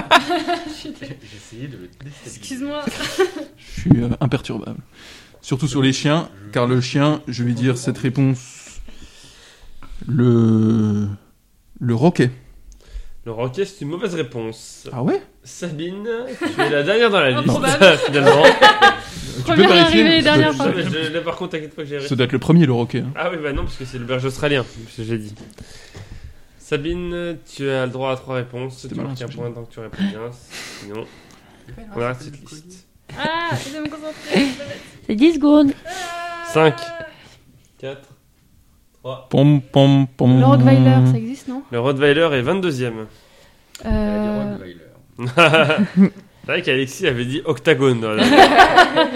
[SPEAKER 5] J'ai essayé de le
[SPEAKER 4] Excuse-moi.
[SPEAKER 1] Je suis euh, imperturbable. Surtout sur les chiens, car le chien, je vais dire cette réponse. Le. Le roquet.
[SPEAKER 3] Le roquet, c'est une mauvaise réponse.
[SPEAKER 1] Ah ouais
[SPEAKER 3] Sabine, tu es la dernière dans la
[SPEAKER 4] Improbable.
[SPEAKER 3] liste, (laughs) finalement.
[SPEAKER 1] Euh, Tu
[SPEAKER 4] Première
[SPEAKER 1] vérifier
[SPEAKER 4] arrivée,
[SPEAKER 1] Ça-
[SPEAKER 4] dernière
[SPEAKER 1] ça-
[SPEAKER 3] Non, mais je- là, par contre, t'inquiète pas que j'ai
[SPEAKER 1] Ça doit être le premier, le roquet. hein.
[SPEAKER 3] Ah oui, bah non, parce que c'est le berger australien, ce que j'ai dit. Sabine, tu as le droit à trois réponses. Tu
[SPEAKER 1] malin,
[SPEAKER 3] marques un
[SPEAKER 1] ce que
[SPEAKER 3] point tant que tu réponds bien. Sinon, on arrête cette liste.
[SPEAKER 4] Ah, je vais me concentrer.
[SPEAKER 2] (laughs) C'est 10 secondes.
[SPEAKER 3] 5, 4, 3.
[SPEAKER 1] Pom, pom, pom.
[SPEAKER 4] Le Rottweiler, ça existe, non
[SPEAKER 3] Le Rottweiler est 22ème.
[SPEAKER 4] euh...
[SPEAKER 3] (laughs) c'est vrai qu'Alexis avait dit octagone. dans la-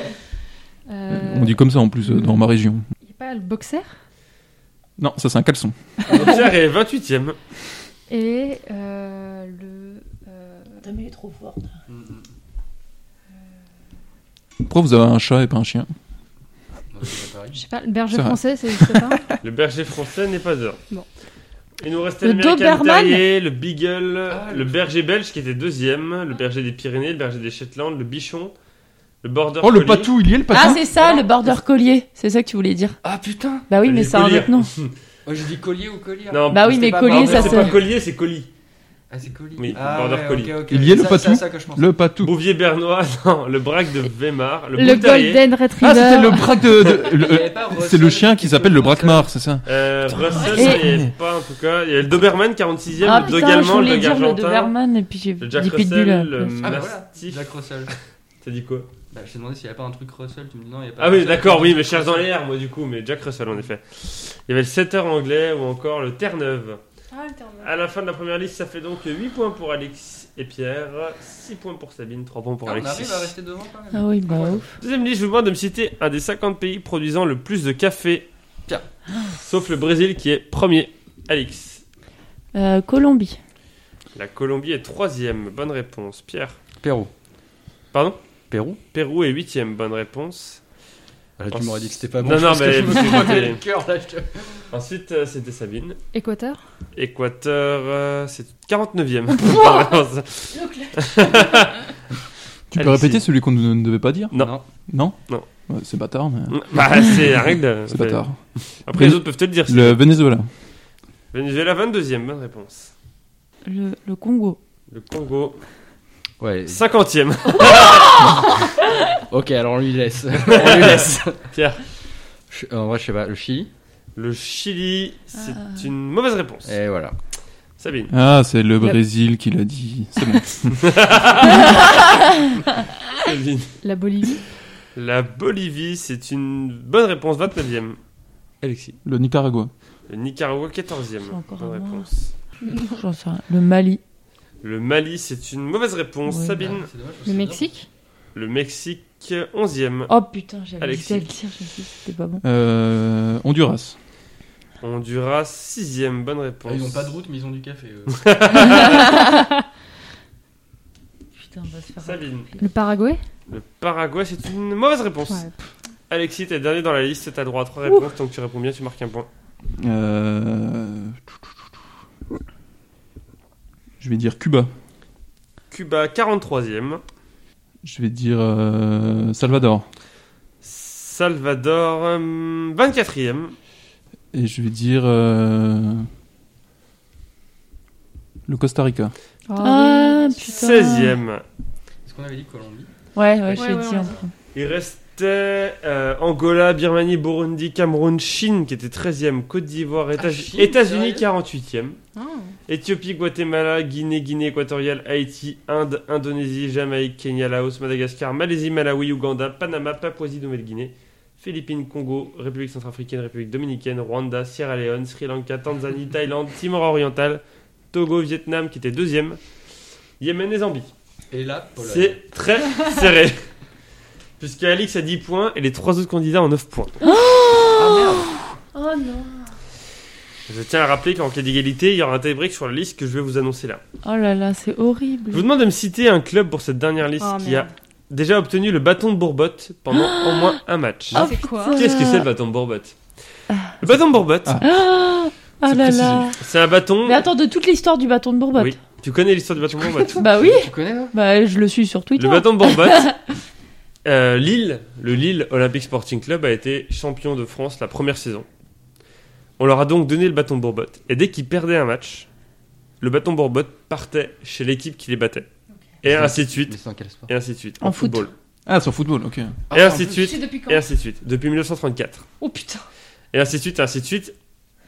[SPEAKER 4] euh,
[SPEAKER 1] On dit comme ça en plus euh, dans ma région.
[SPEAKER 4] Y a pas le boxer
[SPEAKER 1] Non, ça c'est un caleçon.
[SPEAKER 3] Le Pierre est 28ème.
[SPEAKER 4] et euh, le. euh,
[SPEAKER 2] mais il est trop fort.
[SPEAKER 3] Mm,
[SPEAKER 1] Pourquoi vous avez un chat et pas un chien
[SPEAKER 4] Je sais pas, le berger
[SPEAKER 1] C'est vrai.
[SPEAKER 4] français, ça existe pas
[SPEAKER 3] Le berger français n'est pas d'or.
[SPEAKER 4] Bon.
[SPEAKER 3] Il nous restait
[SPEAKER 2] Le
[SPEAKER 3] l'American
[SPEAKER 2] Doberman.
[SPEAKER 3] Terrier, le Beagle,
[SPEAKER 5] Ah,
[SPEAKER 3] le berger belge qui était deuxième, le berger des Pyrénées, le berger des Shetland, le bichon, le border
[SPEAKER 1] Oh, le
[SPEAKER 3] collie.
[SPEAKER 1] patou, il y est le
[SPEAKER 2] Ah,
[SPEAKER 1] patou
[SPEAKER 2] c'est ça, le border collier. C'est ça que tu voulais dire.
[SPEAKER 5] Ah putain
[SPEAKER 2] Bah oui,
[SPEAKER 3] Le
[SPEAKER 2] mais ça a un
[SPEAKER 3] collier.
[SPEAKER 2] autre nom.
[SPEAKER 5] Moi j'ai dit collier ou collier
[SPEAKER 3] Non,
[SPEAKER 2] Bah oui, mais collier,
[SPEAKER 3] border,
[SPEAKER 2] ça
[SPEAKER 3] c'est
[SPEAKER 2] se.
[SPEAKER 3] pas collier, c'est colis.
[SPEAKER 5] Ah c'est collier.
[SPEAKER 3] Oui,
[SPEAKER 5] ah,
[SPEAKER 3] border
[SPEAKER 5] ouais,
[SPEAKER 3] collie.
[SPEAKER 5] ok, ok.
[SPEAKER 1] Il y a le
[SPEAKER 5] Ça-
[SPEAKER 1] patou.
[SPEAKER 5] C'est à ça que je pense.
[SPEAKER 1] Le patou.
[SPEAKER 3] Bouvier bernois, (laughs) non, le braque de Weimar, le,
[SPEAKER 4] Le
[SPEAKER 3] Bull Terrier,
[SPEAKER 4] Golden
[SPEAKER 1] Ah, c'était
[SPEAKER 4] Retriever.
[SPEAKER 1] le braque de. de- le-
[SPEAKER 5] Il y avait pas
[SPEAKER 1] c'est le
[SPEAKER 5] Russell
[SPEAKER 1] chien qui s'appelle le braquemar, c'est ça
[SPEAKER 3] euh, Russell,
[SPEAKER 2] Et-
[SPEAKER 3] ça y est, pas en tout cas. Il y a le Doberman 46ème,
[SPEAKER 2] Ah
[SPEAKER 3] le Dog
[SPEAKER 2] putain, je
[SPEAKER 3] Allemand, le
[SPEAKER 2] voulais
[SPEAKER 3] Dog
[SPEAKER 2] dire le
[SPEAKER 3] Argentin,
[SPEAKER 2] Doberman et puis j'ai
[SPEAKER 3] le Jack
[SPEAKER 2] dit Pitbull.
[SPEAKER 3] Russell,
[SPEAKER 2] euh,
[SPEAKER 3] le
[SPEAKER 5] Ah bah voilà,
[SPEAKER 3] Mastiff.
[SPEAKER 5] Jack Russell.
[SPEAKER 3] T'as dit quoi
[SPEAKER 5] Bah, je t'ai demandé s'il n'y avait pas un truc Russell, tu me dis non, il n'y a pas.
[SPEAKER 3] Ah oui,
[SPEAKER 5] Russell.
[SPEAKER 3] d'accord, oui, mais cherche dans les airs, moi du coup, mais Jack Russell en effet. Il y avait le 7 heures anglais ou encore le Terre-Neuve. À la fin de la première liste, ça fait donc 8 points pour Alex et Pierre, 6 points pour Sabine, 3 points pour
[SPEAKER 5] Ah, on
[SPEAKER 3] Alexis.
[SPEAKER 5] arrive à rester devant quand même.
[SPEAKER 2] Ah oui, bah ouf.
[SPEAKER 3] Deuxième liste, je vous demande de me citer un des 50 pays produisant le plus de café. Pierre. Sauf le Brésil qui est premier. Alex.
[SPEAKER 2] Euh, Colombie.
[SPEAKER 3] La Colombie est troisième. Bonne réponse. Pierre.
[SPEAKER 5] Pérou.
[SPEAKER 3] Pardon
[SPEAKER 5] Pérou
[SPEAKER 3] Pérou est huitième. Bonne réponse.
[SPEAKER 5] ah,
[SPEAKER 3] Oh,
[SPEAKER 5] Tu m'aurais dit que c'était pas
[SPEAKER 3] non,
[SPEAKER 5] bon.
[SPEAKER 3] non,
[SPEAKER 5] je pense
[SPEAKER 3] mais
[SPEAKER 5] que je me
[SPEAKER 3] parce que
[SPEAKER 5] suis frotté
[SPEAKER 3] t'es-
[SPEAKER 5] le cœur là. Je...
[SPEAKER 3] Ensuite, euh, c'était Sabine.
[SPEAKER 4] Équateur.
[SPEAKER 3] Équateur, euh, c'est 49e. Bonne réponse.
[SPEAKER 1] Tu peux
[SPEAKER 3] Alexis.
[SPEAKER 1] répéter celui qu'on ne devait pas dire
[SPEAKER 3] Non.
[SPEAKER 1] Non
[SPEAKER 3] Non.
[SPEAKER 1] Ouais, c'est bâtard, mais.
[SPEAKER 3] Bah, c'est la règle.
[SPEAKER 1] C'est bâtard.
[SPEAKER 3] Après, les autres peuvent te le dire. si-
[SPEAKER 1] Le Venezuela.
[SPEAKER 3] Venezuela, 22e, bonne réponse.
[SPEAKER 2] Le, le Congo.
[SPEAKER 3] Le Congo,
[SPEAKER 5] Ouais.
[SPEAKER 3] 50e.
[SPEAKER 5] Ok, alors on lui laisse. on lui laisse.
[SPEAKER 3] Pierre.
[SPEAKER 5] Ch- En vrai, je sais pas, le Chili.
[SPEAKER 3] Le Chili, c'est une mauvaise réponse.
[SPEAKER 5] Et voilà.
[SPEAKER 3] Sabine.
[SPEAKER 1] Ah, c'est le
[SPEAKER 2] La-
[SPEAKER 1] Brésil qui l'a dit. C'est bon.
[SPEAKER 3] Sabine.
[SPEAKER 2] (laughs)
[SPEAKER 4] La Bolivie.
[SPEAKER 3] La Bolivie, c'est une bonne réponse, 29e. Alexis.
[SPEAKER 1] le Nicaragua.
[SPEAKER 3] Le Nicaragua, 14e.
[SPEAKER 2] C'est encore
[SPEAKER 3] bonne
[SPEAKER 2] à moi.
[SPEAKER 3] réponse.
[SPEAKER 2] J'en sais rien. Le Mali.
[SPEAKER 3] Le Mali, c'est une mauvaise réponse,
[SPEAKER 2] Ouais.
[SPEAKER 3] Sabine.
[SPEAKER 4] Le Mexique.
[SPEAKER 3] Le Mexique, 11e.
[SPEAKER 2] Oh putain, j'avais dit
[SPEAKER 3] Alexis.
[SPEAKER 2] à le dire, je me suis dit que c'était pas bon.
[SPEAKER 1] Euh, Honduras.
[SPEAKER 3] Honduras, 6e, bonne réponse.
[SPEAKER 5] route, mais Ah, ils ont du café.
[SPEAKER 2] Putain, on va se faire.
[SPEAKER 3] Sabine.
[SPEAKER 4] Le Paraguay.
[SPEAKER 3] Le Paraguay, c'est une mauvaise réponse.
[SPEAKER 4] Ouais.
[SPEAKER 3] Alexis, t'es le dernier dans la liste, t'as droit à 3 réponses. Tant que tu réponds bien, tu marques un point.
[SPEAKER 1] Euh, Je vais dire Cuba.
[SPEAKER 3] Cuba, 43e.
[SPEAKER 1] Je vais dire euh, Salvador.
[SPEAKER 3] Salvador, euh, 24e.
[SPEAKER 1] Et je vais dire euh, le Costa Rica.
[SPEAKER 2] Ah putain.
[SPEAKER 3] 16e.
[SPEAKER 5] Est-ce qu'on avait dit Colombie
[SPEAKER 2] Ouais, ouais, je
[SPEAKER 4] Ouais,
[SPEAKER 2] l'ai
[SPEAKER 4] ouais,
[SPEAKER 2] dit. en
[SPEAKER 4] on l'a
[SPEAKER 2] premier.
[SPEAKER 3] Il restait euh, Angola, Birmanie, Burundi, Cameroun, Chine qui était 13e, Côte d'Ivoire, États-
[SPEAKER 5] Ah, Chine,
[SPEAKER 3] États-Unis
[SPEAKER 5] sérieux
[SPEAKER 3] 48e,
[SPEAKER 4] Ah.
[SPEAKER 3] Éthiopie, Guatemala, Guinée, Guinée équatoriale, Haïti, Inde, Indonésie, Jamaïque, Kenya, Laos, Madagascar, Malaisie, Malawi, Ouganda, Panama, Papouasie-Nouvelle-Guinée, Philippines, Congo, République centrafricaine, République dominicaine, Rwanda, Sierra Leone, Sri Lanka,
[SPEAKER 5] (laughs)
[SPEAKER 3] Tanzanie, Thaïlande, Timor oriental, Togo, Vietnam qui était deuxième, Yémen et Zambie.
[SPEAKER 5] Et là,
[SPEAKER 3] C'est très (laughs) serré. Puisque Alix a 10 points et les trois autres candidats ont 9 points.
[SPEAKER 2] Oh non.
[SPEAKER 3] Je tiens à rappeler qu'en cas d'égalité, il y aura un tie-break sur la liste que je vais vous annoncer là.
[SPEAKER 2] Oh là là, c'est horrible.
[SPEAKER 3] Je vous demande de me citer un club pour cette dernière liste
[SPEAKER 4] Oh,
[SPEAKER 3] qui a
[SPEAKER 4] merde.
[SPEAKER 3] déjà obtenu le bâton de Bourbotte pendant au moins un match.
[SPEAKER 2] Oh,
[SPEAKER 4] Ah, C'est quoi
[SPEAKER 2] putain.
[SPEAKER 3] Qu'est-ce que c'est le bâton de Bourbotte Le bâton de Bourbotte,
[SPEAKER 1] Ah.
[SPEAKER 2] Ah ah
[SPEAKER 1] C'est
[SPEAKER 2] là
[SPEAKER 1] précisé.
[SPEAKER 2] là.
[SPEAKER 3] c'est un bâton.
[SPEAKER 2] Mais attends, de toute l'histoire du bâton de Bourbotte.
[SPEAKER 3] Oui. Tu connais l'histoire du bâton de Bourbotte
[SPEAKER 2] Bah oui,
[SPEAKER 5] Tu connais là
[SPEAKER 2] bah je le suis sur Twitter.
[SPEAKER 3] Le bâton
[SPEAKER 2] (laughs)
[SPEAKER 3] de Bourbotte. euh, Lille, le Lille Olympic Sporting Club a été champion de France la première saison. On leur a donc donné le bâton de Bourbotte. Et dès qu'ils perdaient un match, le bâton de Bourbotte partait chez l'équipe qui les battait. Et ainsi de
[SPEAKER 5] Mais
[SPEAKER 3] suite,
[SPEAKER 5] c'est dans quel sport
[SPEAKER 3] et ainsi de suite.
[SPEAKER 2] En foot.
[SPEAKER 1] Ah, sur football, ok.
[SPEAKER 3] Et ainsi de
[SPEAKER 4] Tu
[SPEAKER 3] suite,
[SPEAKER 4] sais depuis quand
[SPEAKER 3] et ainsi de suite. Depuis 1934.
[SPEAKER 4] Oh putain.
[SPEAKER 3] Et ainsi de suite, et ainsi de suite.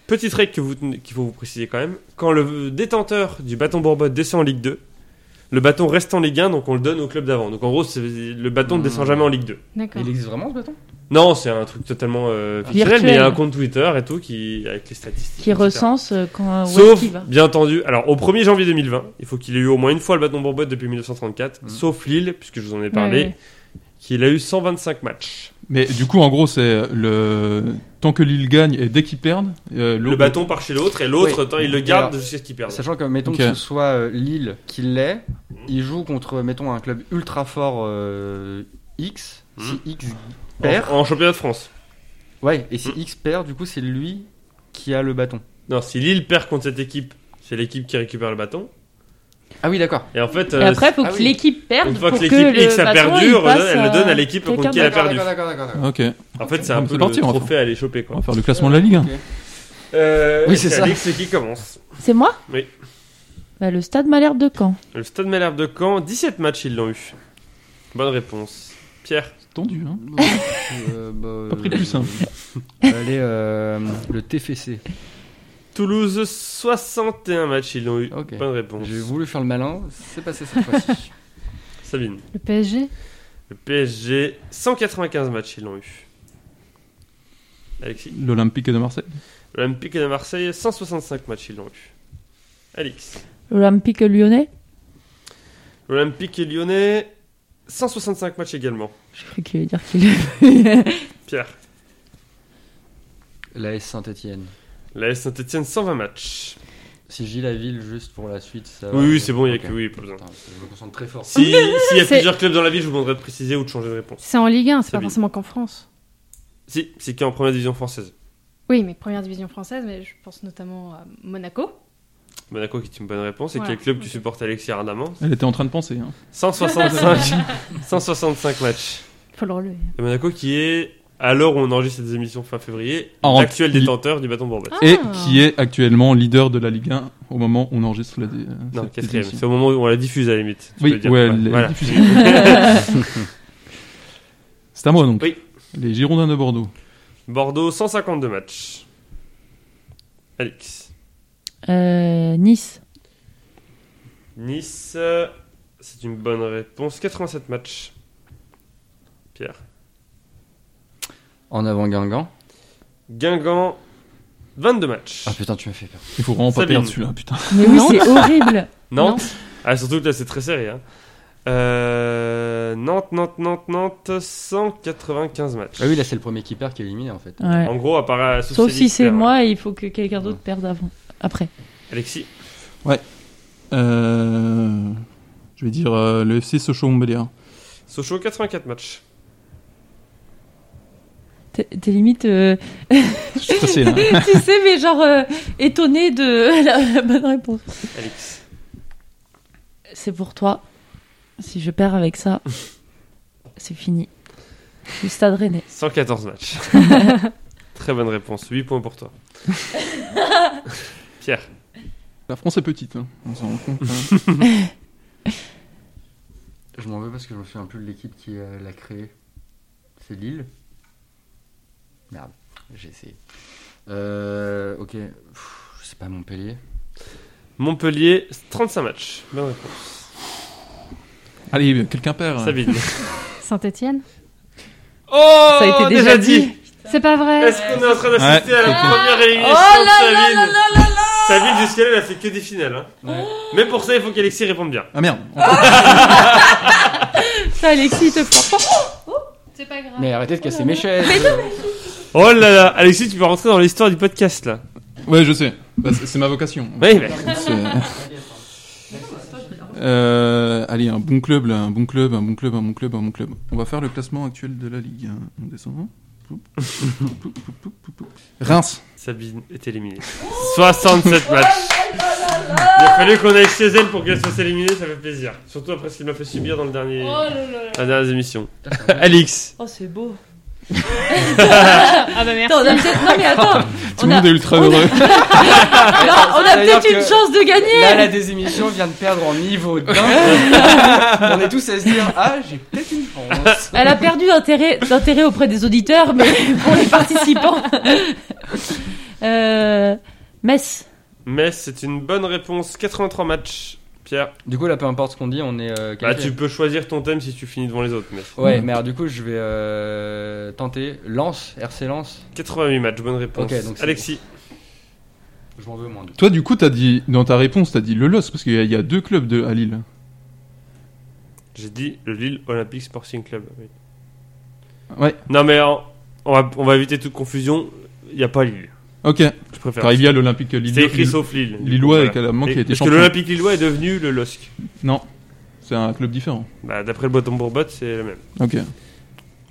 [SPEAKER 3] Petite règle que vous tenez- qu'il faut vous préciser quand même. Quand le détenteur du bâton Bourbotte descend en Ligue 2, le bâton reste en Ligue 1, donc on le donne au club d'avant. Donc en gros, c'est- le bâton ne descend jamais en Ligue 2.
[SPEAKER 4] D'accord.
[SPEAKER 5] Il existe vraiment ce bâton
[SPEAKER 3] Non, c'est un truc totalement euh, fictionnel,
[SPEAKER 2] Virtuel.
[SPEAKER 3] mais il y a un compte Twitter et tout qui avec les statistiques.
[SPEAKER 2] Qui
[SPEAKER 3] etc.
[SPEAKER 2] recense euh, quand euh, où est-ce
[SPEAKER 3] Sauf,
[SPEAKER 2] qu'il va.
[SPEAKER 3] bien entendu, alors au 1er janvier 2020, il faut qu'il ait eu au moins une fois le bâton Bourbotte depuis 1934,
[SPEAKER 5] Mhm.
[SPEAKER 3] sauf Lille, puisque je vous en ai parlé,
[SPEAKER 4] Ouais.
[SPEAKER 3] qu'il a eu 125 matchs.
[SPEAKER 1] Mais du coup, en gros, c'est le tant que Lille gagne et dès qu'ils perdent, euh,
[SPEAKER 3] Le
[SPEAKER 1] l'autre-
[SPEAKER 3] bâton part chez l'autre et l'autre,
[SPEAKER 5] Oui.
[SPEAKER 3] tant, il le
[SPEAKER 5] Et
[SPEAKER 3] garde
[SPEAKER 5] alors-
[SPEAKER 3] jusqu'à ce qu'il perde.
[SPEAKER 5] Sachant que, mettons
[SPEAKER 1] Ok.
[SPEAKER 5] que ce soit euh, Lille qui l'est, il joue contre, mettons, un club ultra fort euh, X.
[SPEAKER 3] Hmm.
[SPEAKER 5] Si X perd,
[SPEAKER 3] En, en championnat de France.
[SPEAKER 5] ouais, et si
[SPEAKER 3] Hmm.
[SPEAKER 5] X perd, du coup, c'est lui qui a le bâton.
[SPEAKER 3] Non, si Lille perd contre cette équipe, c'est l'équipe qui récupère le bâton.
[SPEAKER 5] Ah oui, d'accord.
[SPEAKER 3] Et en fait,
[SPEAKER 2] Et
[SPEAKER 3] euh,
[SPEAKER 2] après, faut
[SPEAKER 5] ah
[SPEAKER 2] que
[SPEAKER 5] oui.
[SPEAKER 2] l'équipe perde.
[SPEAKER 3] une fois que
[SPEAKER 2] pour
[SPEAKER 3] l'équipe
[SPEAKER 2] le
[SPEAKER 3] X a
[SPEAKER 2] bâton,
[SPEAKER 3] perdu,
[SPEAKER 2] il
[SPEAKER 3] redonne-
[SPEAKER 2] passe
[SPEAKER 3] elle le donne à
[SPEAKER 2] à-
[SPEAKER 3] l'équipe contre
[SPEAKER 2] quelqu'un
[SPEAKER 3] qui elle a
[SPEAKER 2] d'autre.
[SPEAKER 3] perdu.
[SPEAKER 5] d'accord, d'accord.
[SPEAKER 1] Ok,
[SPEAKER 3] En fait, c'est
[SPEAKER 1] On
[SPEAKER 3] un
[SPEAKER 1] peut
[SPEAKER 3] peu
[SPEAKER 1] partir,
[SPEAKER 3] le
[SPEAKER 1] enfin.
[SPEAKER 3] trophée à aller choper.
[SPEAKER 1] on
[SPEAKER 3] Quoi.
[SPEAKER 1] va faire le classement de la Ligue 1.
[SPEAKER 3] Euh,
[SPEAKER 5] Oui, c'est ça.
[SPEAKER 3] Alex qui commence.
[SPEAKER 2] C'est moi
[SPEAKER 3] Oui.
[SPEAKER 2] Bah, le stade Malherbe de Caen.
[SPEAKER 3] Le Stade Malherbe de Caen, 17 matchs ils l'ont eu. Bonne réponse. Pierre,
[SPEAKER 1] C'est tendu, hein.
[SPEAKER 5] Euh, bah,
[SPEAKER 1] Pas pris de plus, hein.
[SPEAKER 5] euh, (laughs) Allez, euh, le TFC.
[SPEAKER 3] Toulouse, 61 matchs ils l'ont eu.
[SPEAKER 5] Ok.
[SPEAKER 3] Bonne réponse.
[SPEAKER 5] J'ai voulu faire le malin, c'est passé
[SPEAKER 3] (laughs)
[SPEAKER 5] cette fois-ci.
[SPEAKER 3] Sabine,
[SPEAKER 4] Le PSG.
[SPEAKER 3] le PSG, 195 matchs ils l'ont eu. Alexis,
[SPEAKER 1] L'Olympique de Marseille.
[SPEAKER 3] l'Olympique de Marseille, 165 matchs ils l'ont eu. Alix,
[SPEAKER 2] L'Olympique lyonnais
[SPEAKER 3] l'Olympique lyonnais, 165 matchs également.
[SPEAKER 2] Je croyais qu'il allait dire qu'il
[SPEAKER 3] Pierre,
[SPEAKER 5] La S Saint-Etienne.
[SPEAKER 3] la S Saint-Etienne, 120 matchs.
[SPEAKER 5] Si j'ai la ville juste pour la suite, ça va.
[SPEAKER 3] Oui, oui, c'est bon, il n'y a
[SPEAKER 5] Ok.
[SPEAKER 3] que oui, pas besoin.
[SPEAKER 5] Attends, je me concentre très fort.
[SPEAKER 3] Si- S'il y a
[SPEAKER 4] C'est-
[SPEAKER 3] plusieurs clubs dans la ville, je vous demanderai de préciser ou de changer de réponse.
[SPEAKER 4] C'est en Ligue 1, c'est pas
[SPEAKER 3] Sabine.
[SPEAKER 4] forcément qu'en France.
[SPEAKER 3] Si, c'est qui est en première division française
[SPEAKER 4] Oui, mais première division française, mais je pense notamment à Monaco.
[SPEAKER 3] Monaco Bah, qui est une bonne réponse. Et
[SPEAKER 4] Voilà.
[SPEAKER 3] quel club tu
[SPEAKER 4] Ok.
[SPEAKER 3] supportes Alexis Ardamant
[SPEAKER 1] Elle était en train de penser. Hein.
[SPEAKER 4] (laughs)
[SPEAKER 3] 165, 165 matchs.
[SPEAKER 4] Faut le relever.
[SPEAKER 3] Et Monaco qui est alors on enregistre ces émissions fin février,
[SPEAKER 1] En-
[SPEAKER 3] l'actuel
[SPEAKER 1] il-
[SPEAKER 3] détenteur du bâton bourbon.
[SPEAKER 1] Et
[SPEAKER 4] Ah.
[SPEAKER 1] qui est actuellement leader de la Ligue 1 au moment où on enregistre la. euh,
[SPEAKER 3] Non,
[SPEAKER 1] cette
[SPEAKER 3] quatrième.
[SPEAKER 1] émission.
[SPEAKER 3] C'est au moment où on la diffuse à la limite. tu
[SPEAKER 1] Oui,
[SPEAKER 3] peux dire.
[SPEAKER 1] ouais, elle est
[SPEAKER 3] voilà.
[SPEAKER 1] diffusée. C'est à moi donc.
[SPEAKER 3] Oui.
[SPEAKER 1] Les Girondins de Bordeaux.
[SPEAKER 3] (laughs) Bordeaux, 152 matchs. Alex.
[SPEAKER 2] Euh, nice.
[SPEAKER 3] Nice, euh, c'est une bonne réponse. 87 matchs. Pierre.
[SPEAKER 5] En avant Guingamp.
[SPEAKER 3] Guingamp, 22 matchs.
[SPEAKER 5] Ah putain, tu m'as fait peur.
[SPEAKER 1] Il faut vraiment pas
[SPEAKER 3] Sabine.
[SPEAKER 1] perdre celui-là, putain.
[SPEAKER 2] Mais oui,
[SPEAKER 4] Non.
[SPEAKER 2] c'est horrible.
[SPEAKER 3] Nantes. Ah, surtout que là, c'est très serré. hein. Euh, Nantes, Nantes, Nantes, Nantes, 195 matchs.
[SPEAKER 5] Ah oui, là c'est le premier qui perd qui est éliminé en fait.
[SPEAKER 2] Ouais.
[SPEAKER 3] En gros, à part. euh,
[SPEAKER 2] Sauf si c'est
[SPEAKER 3] Pierre, ouais.
[SPEAKER 2] moi, il faut que quelqu'un d'autre perde avant. Après.
[SPEAKER 3] Alexis,
[SPEAKER 1] Euh, je vais dire euh, le FC Sochaux Montbéliard.
[SPEAKER 3] Sochaux,
[SPEAKER 2] (laughs)
[SPEAKER 3] 84 matchs.
[SPEAKER 2] T'es t'es limite, euh,
[SPEAKER 1] Je suis stressé là.
[SPEAKER 2] (laughs) tu sais, mais genre euh, étonné de (laughs) la, la bonne réponse.
[SPEAKER 3] Alex.
[SPEAKER 2] C'est pour toi. Si je perds avec ça, c'est fini. Le stade rennais. (laughs)
[SPEAKER 3] 114 matchs. Très bonne réponse. 8 points pour toi. Pierre.
[SPEAKER 1] La France est petite, hein. on s'en rend compte. hein.
[SPEAKER 3] (laughs)
[SPEAKER 5] Je m'en veux parce que je me souviens plus de l'équipe qui euh, l'a créé. C'est Lille Merde, j'ai essayé. Euh, ok, Pff, c'est pas Montpellier.
[SPEAKER 3] Montpellier, 35 matchs. Bonne réponse.
[SPEAKER 1] Allez, euh, quelqu'un perd.
[SPEAKER 3] Sabine.
[SPEAKER 4] Saint-Etienne
[SPEAKER 3] Oh
[SPEAKER 2] Ça a été déjà dit.
[SPEAKER 4] C'est pas vrai
[SPEAKER 3] Est-ce qu'on est en train d'assister
[SPEAKER 1] Ouais.
[SPEAKER 3] à la
[SPEAKER 1] Ah.
[SPEAKER 3] première élimination
[SPEAKER 2] Oh
[SPEAKER 3] de Sabine Sabine, jusqu'à là, elle a fait que des finales. hein.
[SPEAKER 1] Ouais.
[SPEAKER 3] Mais pour ça, il faut qu'Alexis réponde bien.
[SPEAKER 1] Ah merde.
[SPEAKER 2] Ça, Alexis, il te prend pas.
[SPEAKER 4] C'est pas grave.
[SPEAKER 5] Mais arrêtez de casser mes chaises
[SPEAKER 3] Oh là là, Alexis, tu vas rentrer dans l'histoire du podcast là.
[SPEAKER 1] Ouais, je sais. Bah, c'est c'est ma vocation.
[SPEAKER 3] Oui, mais...
[SPEAKER 1] C'est- Euh, allez, un bon club, là, un bon club, un bon club, un bon club, un bon club. On va faire le classement actuel de la Ligue. hein. On descend. Poup, poup, poup, poup, poup, poup, poup. Reims.
[SPEAKER 3] Sabine est éliminée. 67 matchs. Il a fallu qu'on aille chez elle pour qu'elle se fasse éliminer, ça fait plaisir. Surtout après ce qu'il m'a fait subir dans le dernier, la
[SPEAKER 1] (laughs)
[SPEAKER 3] dernière émission. Alix,
[SPEAKER 2] Oh, c'est (laughs) beau. ah bah merci. on a peut-être... Non, mais attends.
[SPEAKER 1] Tout
[SPEAKER 2] on
[SPEAKER 1] le
[SPEAKER 2] a,
[SPEAKER 1] monde est ultra
[SPEAKER 2] on a-
[SPEAKER 1] heureux.
[SPEAKER 5] (laughs)
[SPEAKER 2] non, on a
[SPEAKER 5] Ça veut dire
[SPEAKER 2] peut-être une
[SPEAKER 5] que-
[SPEAKER 2] chance de gagner.
[SPEAKER 5] Là, la désémission vient de perdre en niveau dingue.
[SPEAKER 2] (laughs)
[SPEAKER 5] On est tous à se dire Ah, j'ai peut-être une chance.
[SPEAKER 2] Elle a perdu d'intérêt d'intérêt auprès des auditeurs, mais (laughs) pour les participants. Euh, Metz.
[SPEAKER 3] Metz, c'est une bonne réponse. 83 matchs. Pierre,
[SPEAKER 5] Du coup, là, peu importe ce qu'on dit, on est. euh,
[SPEAKER 3] bah,
[SPEAKER 5] qualifié.
[SPEAKER 3] tu peux choisir ton thème si tu finis devant les autres. Mais...
[SPEAKER 5] Ouais, mais alors, du coup, je vais euh, tenter Lance, RC Lance.
[SPEAKER 3] 88 matchs, bonne réponse.
[SPEAKER 5] Ok, donc c'est
[SPEAKER 3] Alexis,
[SPEAKER 5] Je m'en veux moins.
[SPEAKER 1] Toi, du coup, t'as dit dans ta réponse, t'as dit le LOS parce qu'il y, a- il y a deux clubs de, à Lille.
[SPEAKER 3] j'ai dit le Lille Olympic Sporting Club. oui.
[SPEAKER 1] Ouais.
[SPEAKER 3] Non mais en- on, va, on va éviter toute confusion. Il n'y a pas Lille.
[SPEAKER 1] Ok.
[SPEAKER 3] Je préfère.
[SPEAKER 1] Car il y a l'Olympique Lille.
[SPEAKER 3] C'est écrit sauf Lille. du coup,
[SPEAKER 1] Lillois et
[SPEAKER 3] voilà.
[SPEAKER 1] Calamant qui a
[SPEAKER 3] Et-
[SPEAKER 1] été
[SPEAKER 3] Parce que
[SPEAKER 1] champion.
[SPEAKER 3] l'Olympique Lillois est devenu le LOSC.
[SPEAKER 1] Non, c'est un club différent.
[SPEAKER 3] Bah, D'après le bottom bourbot, c'est le même.
[SPEAKER 1] Ok.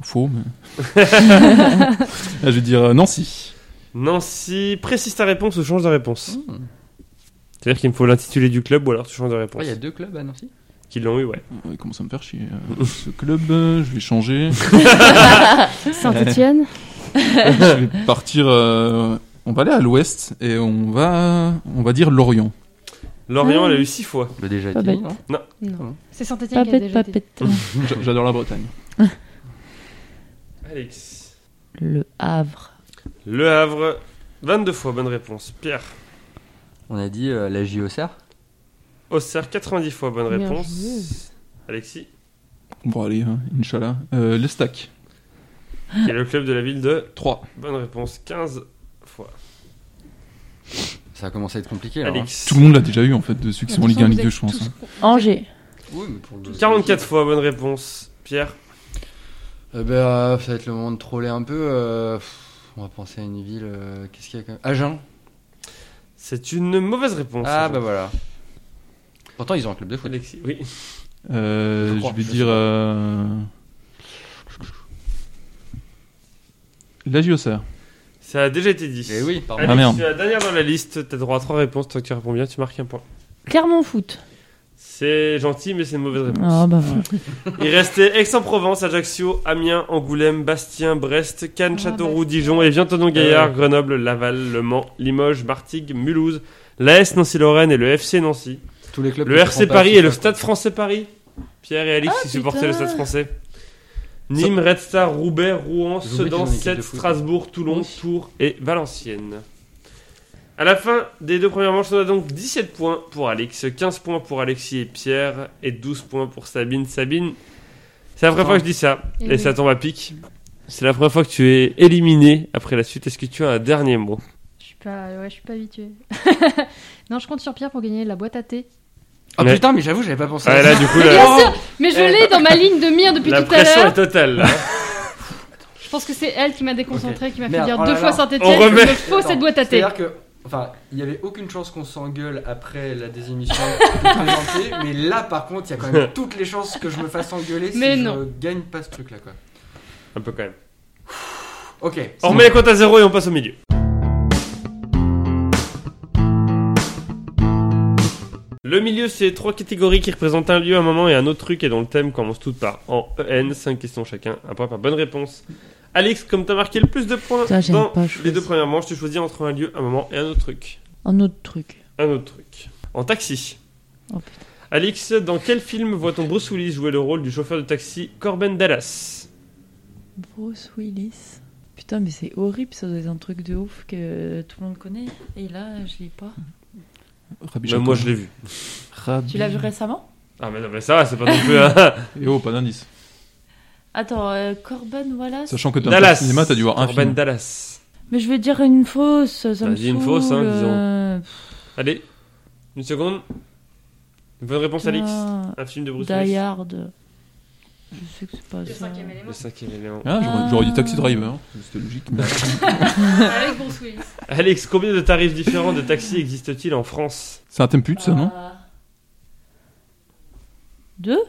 [SPEAKER 1] Faux, mais.
[SPEAKER 3] (laughs)
[SPEAKER 1] Là, je vais dire euh, Nancy.
[SPEAKER 3] Nancy, précise ta réponse ou change de réponse.
[SPEAKER 5] Hmm.
[SPEAKER 3] C'est-à-dire qu'il me faut l'intitulé du club ou alors tu changes de réponse.
[SPEAKER 5] il y a deux clubs à Nancy
[SPEAKER 3] Qui l'ont eu, ouais.
[SPEAKER 1] Euh, Il commence à me faire chier. euh, (laughs) ce club, euh, je vais (laughs) changer.
[SPEAKER 4] Saint-Etienne
[SPEAKER 1] je vais partir. euh, on va aller à l'ouest et on va, on va dire Lorient.
[SPEAKER 3] Lorient,
[SPEAKER 4] Ah.
[SPEAKER 3] elle a eu 6 fois.
[SPEAKER 5] Le Bah, déjà
[SPEAKER 2] Pas
[SPEAKER 5] dit,
[SPEAKER 2] bête.
[SPEAKER 5] non
[SPEAKER 4] Non. C'est Saint-Etienne qui a
[SPEAKER 2] Papette,
[SPEAKER 4] déjà dit.
[SPEAKER 2] papette.
[SPEAKER 1] J'a- J'adore la Bretagne.
[SPEAKER 3] Alex.
[SPEAKER 2] Le Havre.
[SPEAKER 3] Le Havre, 22 fois, bonne réponse. Pierre.
[SPEAKER 5] On a dit euh, la JOCR.
[SPEAKER 3] Auxerre, 90 fois, bonne
[SPEAKER 4] Bien
[SPEAKER 3] réponse. Alexis,
[SPEAKER 1] Bon, allez, hein, Inch'Allah. Euh, L'Estac.
[SPEAKER 3] qui est le club de la ville de.
[SPEAKER 1] 3.
[SPEAKER 3] Bonne réponse, 15 fois.
[SPEAKER 5] Ça a commencé à être compliqué là. hein.
[SPEAKER 3] Alex.
[SPEAKER 1] Tout le monde l'a déjà eu en fait, de ceux qui sont en Ligue 1, Ligue 2, je pense. hein.
[SPEAKER 2] Angers.
[SPEAKER 5] hein. Oui, mais pour le-
[SPEAKER 3] 44 fois, bonne réponse. Pierre,
[SPEAKER 5] Eh ben, euh, ça va être le moment de troller un peu. euh, pff, on va penser à une ville. euh, Qu'est-ce qu'il y a quand même Agen.
[SPEAKER 3] c'est une mauvaise réponse.
[SPEAKER 5] Ah bah voilà. Pourtant, ils ont un club de foot.
[SPEAKER 3] Alexis, oui.
[SPEAKER 1] Euh,
[SPEAKER 5] Je
[SPEAKER 1] je,
[SPEAKER 5] crois,
[SPEAKER 1] vais
[SPEAKER 5] je
[SPEAKER 1] dire.
[SPEAKER 5] sais.
[SPEAKER 1] euh, La JOCR.
[SPEAKER 3] Ça a déjà été dit.
[SPEAKER 5] Eh oui, pardon.
[SPEAKER 3] Alex,
[SPEAKER 1] Ah, merde.
[SPEAKER 3] tu es la dernière dans la liste, t'as droit à 3 réponses, tant que tu réponds bien, tu marques un point.
[SPEAKER 2] Clermont Foot.
[SPEAKER 3] C'est gentil, mais c'est une mauvaise réponse.
[SPEAKER 2] Ah bah voilà.
[SPEAKER 3] Il restait Aix-en-Provence, Ajaccio, Amiens, Angoulême, Bastien, Brest, Cannes,
[SPEAKER 4] Ah,
[SPEAKER 3] Châteauroux,
[SPEAKER 4] Bastien.
[SPEAKER 3] Dijon et
[SPEAKER 1] Euh.
[SPEAKER 3] Vientonon-Gaillard, Grenoble, Laval, Le Mans, Limoges, Martigues, Mulhouse, l'AS Nancy-Lorraine et le FC Nancy.
[SPEAKER 5] Tous les clubs.
[SPEAKER 3] Le
[SPEAKER 5] que tu
[SPEAKER 3] RC
[SPEAKER 5] prends pas,
[SPEAKER 3] Paris
[SPEAKER 5] tu
[SPEAKER 3] et le
[SPEAKER 5] tapes.
[SPEAKER 3] Stade français Paris. Pierre et Alix
[SPEAKER 2] Ah,
[SPEAKER 3] qui supportaient le
[SPEAKER 2] putain.
[SPEAKER 3] Stade français. Nîmes, Red Star, Roubaix, Rouen,
[SPEAKER 5] J'ai oublié qu'ils
[SPEAKER 3] Sedan,
[SPEAKER 5] ont une équipe
[SPEAKER 3] Sète,
[SPEAKER 5] de foot. hein.
[SPEAKER 3] Strasbourg, Toulon,
[SPEAKER 2] Oui.
[SPEAKER 3] Tours et Valenciennes. À la fin des deux premières manches, on a donc 17 points pour Alix, 15 points pour Alexis et Pierre et 12 points pour Sabine. Sabine, c'est la première
[SPEAKER 5] Attends.
[SPEAKER 3] fois que je dis ça
[SPEAKER 4] Eh
[SPEAKER 3] et
[SPEAKER 4] oui.
[SPEAKER 3] ça tombe à pic. C'est la première fois que tu es éliminé après la suite. Est-ce que tu as un dernier mot
[SPEAKER 4] Je suis pas, ouais, je suis pas habituée. (laughs) non, je compte sur Pierre pour gagner la boîte à thé.
[SPEAKER 5] Ah
[SPEAKER 3] Ouais.
[SPEAKER 5] putain, mais j'avoue, j'avais pas pensé.
[SPEAKER 3] Ah,
[SPEAKER 5] à
[SPEAKER 3] là, (laughs)
[SPEAKER 5] ça.
[SPEAKER 3] du coup,
[SPEAKER 4] Mais
[SPEAKER 3] la-
[SPEAKER 4] bien sûr, mais je
[SPEAKER 3] Eh.
[SPEAKER 4] l'ai dans ma ligne de mire depuis
[SPEAKER 3] la
[SPEAKER 4] tout à
[SPEAKER 3] pression est
[SPEAKER 4] l'heure.
[SPEAKER 3] totale. hein. là.
[SPEAKER 4] Je pense que c'est elle qui m'a déconcentré, qui m'a fait
[SPEAKER 5] Merde,
[SPEAKER 4] dire
[SPEAKER 5] oh là
[SPEAKER 4] deux
[SPEAKER 5] là.
[SPEAKER 4] fois
[SPEAKER 3] On
[SPEAKER 4] Saint-Etienne. Il
[SPEAKER 3] remet.
[SPEAKER 4] me faut
[SPEAKER 5] Attends,
[SPEAKER 4] cette boîte à thé.
[SPEAKER 5] C'est-à-dire que, enfin, il n'y avait aucune chance qu'on s'engueule après la désémission (laughs) tout le entier, mais là, par contre, il y a
[SPEAKER 3] (laughs)
[SPEAKER 5] quand même toutes les chances que je me fasse engueuler
[SPEAKER 4] Mais
[SPEAKER 5] si
[SPEAKER 4] non.
[SPEAKER 5] je gagne pas ce truc-là, quoi.
[SPEAKER 3] Un peu quand même.
[SPEAKER 5] Ok.
[SPEAKER 3] On remet les comptes à zéro et on passe au milieu. Le milieu, c'est trois catégories qui représentent un lieu, un moment et un autre truc et dont le thème commence toutes par en EN. Cinq questions chacun, un point par bonne réponse. Alex, comme t'as marqué le plus de points
[SPEAKER 2] Putain, j'aime
[SPEAKER 3] dans
[SPEAKER 2] pas
[SPEAKER 3] les
[SPEAKER 2] choisir.
[SPEAKER 3] deux premières manches, tu choisis entre un lieu, un moment et un autre truc.
[SPEAKER 2] Un autre truc.
[SPEAKER 3] Un autre truc. En taxi.
[SPEAKER 2] Oh, putain.
[SPEAKER 3] Alex, dans quel film voit-on Bruce Willis jouer le rôle du chauffeur de taxi Corben Dallas
[SPEAKER 2] Bruce Willis. Putain, mais c'est horrible, ça doit être un truc de ouf que tout le monde connaît. Et là, je l'ai pas.
[SPEAKER 1] Rabbi Jacob.
[SPEAKER 3] Même Bah, Moi, je l'ai vu.
[SPEAKER 1] Rabbi-
[SPEAKER 2] Tu l'as vu récemment
[SPEAKER 3] Ah, mais, non, mais ça va, c'est pas non plus hein. un-
[SPEAKER 1] Et oh, pas d'indice.
[SPEAKER 2] Attends, euh, Corben Wallace
[SPEAKER 1] Sachant que t'es un peu
[SPEAKER 3] Dallas.
[SPEAKER 1] de cinéma, t'as dû voir un
[SPEAKER 3] Corben
[SPEAKER 1] film.
[SPEAKER 3] Dallas.
[SPEAKER 2] Mais je vais dire une fausse, ça me
[SPEAKER 3] Vas-y, une
[SPEAKER 2] saoule,
[SPEAKER 3] fausse, hein, disons.
[SPEAKER 2] euh,
[SPEAKER 3] Allez, une seconde. Une bonne réponse, Alix.
[SPEAKER 2] putain,
[SPEAKER 3] Un film de Bruce
[SPEAKER 2] Die
[SPEAKER 3] Willis.
[SPEAKER 2] Hard. Je sais que c'est pas ça.
[SPEAKER 3] Le cinquième élément.
[SPEAKER 1] Ah, j'aurais- j'aurais dit Taxi Driver. C'était logique. mais-
[SPEAKER 4] Avec Bruce Willis.
[SPEAKER 3] Alex, combien de tarifs différents de taxi existent-ils en France
[SPEAKER 1] C'est un thème pute, ça, non
[SPEAKER 2] Ah. Deux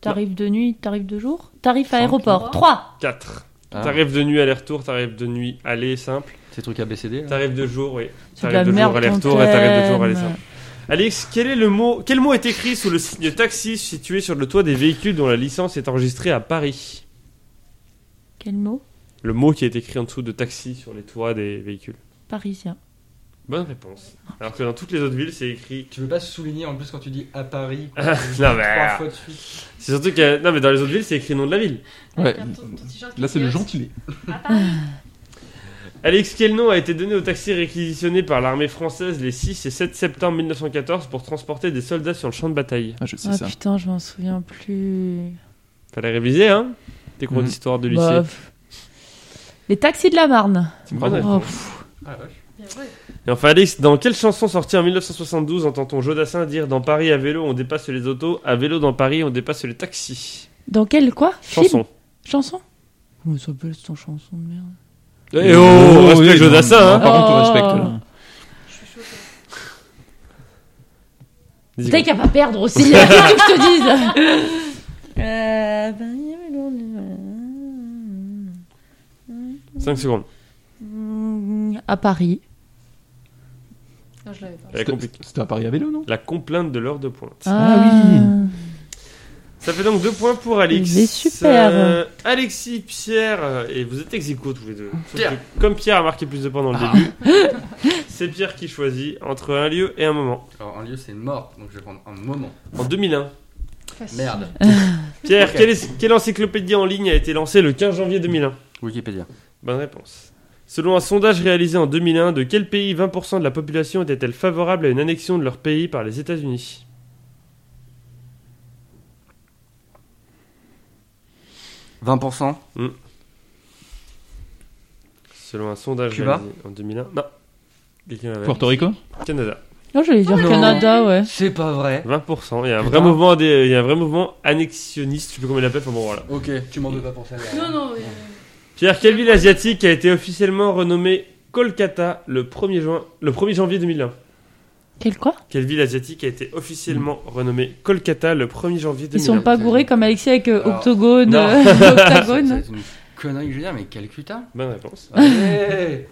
[SPEAKER 2] Tarif de nuit, tarif de jour Tarif à
[SPEAKER 5] Cinq.
[SPEAKER 2] aéroport. Trois
[SPEAKER 3] 4.
[SPEAKER 5] Ah,
[SPEAKER 3] Tarif de nuit aller-retour, tarif de nuit aller simple,
[SPEAKER 5] Ces trucs ABCD, là.
[SPEAKER 3] tarif de jour, oui.
[SPEAKER 2] C'est de
[SPEAKER 3] Tarif
[SPEAKER 2] la
[SPEAKER 3] de jour
[SPEAKER 2] merde
[SPEAKER 3] aller-retour
[SPEAKER 2] ton
[SPEAKER 3] et tarif de jour aller
[SPEAKER 2] thème.
[SPEAKER 3] simple. Alex, quel est le mot quel mot est écrit sous le signe taxi situé sur le toit des véhicules dont la licence est enregistrée à Paris
[SPEAKER 2] Quel mot
[SPEAKER 3] Le mot qui est écrit en dessous de taxi sur les toits des véhicules.
[SPEAKER 2] Parisien.
[SPEAKER 3] Bonne réponse. Alors que dans toutes les autres villes, c'est écrit
[SPEAKER 5] Tu veux pas souligner en plus quand tu dis à Paris quoi,
[SPEAKER 3] (laughs) Non, mais-
[SPEAKER 5] trois fois de suite.
[SPEAKER 3] C'est surtout que. Non, mais dans les autres villes, c'est écrit le nom de la ville.
[SPEAKER 1] Ouais. Là, c'est le gentilé.
[SPEAKER 3] Alex, quel nom a été donné aux taxis réquisitionnés par l'armée française les 6 et 7 septembre 1914 pour transporter des soldats sur le champ de bataille
[SPEAKER 1] Ah, je sais
[SPEAKER 2] Ah
[SPEAKER 1] ça.
[SPEAKER 2] putain, je m'en souviens plus.
[SPEAKER 3] Fallait réviser, hein Tes cours
[SPEAKER 1] Mhm.
[SPEAKER 3] d'histoire de lycée.
[SPEAKER 2] Bah, pff. les taxis de la Marne.
[SPEAKER 3] C'est pas vrai.
[SPEAKER 2] Oh, pff.
[SPEAKER 5] Ah, la vache.
[SPEAKER 3] Et enfin, Alex, dans quelle chanson sortie en 1972 entend-on Jodassin dire Dans Paris à vélo, on dépasse les autos, à vélo dans Paris, on dépasse les taxis
[SPEAKER 2] Dans quel quoi Film
[SPEAKER 3] Chanson.
[SPEAKER 2] Chanson Comment ça s'appelle cette chanson de merde
[SPEAKER 3] Eh oh, respect
[SPEAKER 1] oui,
[SPEAKER 3] Jodassin,
[SPEAKER 1] non,
[SPEAKER 3] hein.
[SPEAKER 1] Par contre, on
[SPEAKER 2] Oh.
[SPEAKER 1] respecte, là.
[SPEAKER 3] Dis-moi.
[SPEAKER 2] T'as qu'à pas perdre aussi, qu'est-ce que je te dise Euh, ben,
[SPEAKER 3] 5 secondes.
[SPEAKER 2] euh, À Paris.
[SPEAKER 4] Non, je l'avais pas.
[SPEAKER 3] Elle est compliquée.
[SPEAKER 1] C'était c'était à Paris à vélo, non
[SPEAKER 3] La complainte de l'heure de pointe.
[SPEAKER 1] Ah oui.
[SPEAKER 3] Ça fait donc 2 points pour Alex.
[SPEAKER 2] Mais super.
[SPEAKER 3] Euh, Alexis, Pierre, euh, et vous êtes ex aequo tous les deux. Sauf
[SPEAKER 5] Pierre. Ah.
[SPEAKER 3] que Comme Pierre a marqué plus de points dans le début, (laughs) c'est Pierre qui choisit entre un lieu et un moment.
[SPEAKER 5] Alors, un lieu, c'est mort, donc je vais prendre un moment.
[SPEAKER 3] En 2001,
[SPEAKER 4] Facile.
[SPEAKER 5] Merde.
[SPEAKER 3] Pierre,
[SPEAKER 5] Ok.
[SPEAKER 3] quelle, es- quelle encyclopédie en ligne a été lancée le 15 janvier 2001
[SPEAKER 5] Wikipédia.
[SPEAKER 3] Bonne réponse. Selon un sondage réalisé en 2001, de quel pays 20% de la population était-elle favorable à une annexion de leur pays par les États-Unis Selon un sondage
[SPEAKER 5] Cuba
[SPEAKER 3] réalisé en 2001. Non. Quelqu'un l'avait.
[SPEAKER 1] Puerto Rico
[SPEAKER 3] Canada.
[SPEAKER 2] Non, j'allais dire
[SPEAKER 5] Non.
[SPEAKER 2] Canada, ouais.
[SPEAKER 5] C'est pas vrai.
[SPEAKER 3] 20%. Il y a un vrai
[SPEAKER 5] Putain.
[SPEAKER 3] mouvement, des- il y a un vrai mouvement annexionniste. Je sais plus comment il l'appelle. Enfin bon, voilà.
[SPEAKER 5] Ok, tu m'en veux pas pour ça.
[SPEAKER 4] Non, non. euh,
[SPEAKER 3] Pierre, quelle ville asiatique a été officiellement renommée Kolkata le 1er, juin, le 1er janvier 2001
[SPEAKER 2] Quel quoi
[SPEAKER 3] Quelle ville asiatique a été officiellement renommée Kolkata le 1er janvier 2001
[SPEAKER 2] Ils sont pas gourés comme Alexis avec euh,
[SPEAKER 5] Alors,
[SPEAKER 2] Octogone,
[SPEAKER 5] non.
[SPEAKER 2] euh, (laughs) Octagone.
[SPEAKER 4] (laughs)
[SPEAKER 5] C'est une connerie que je veux dire, mais Calcutta
[SPEAKER 3] Bonne réponse.
[SPEAKER 5] Ouais.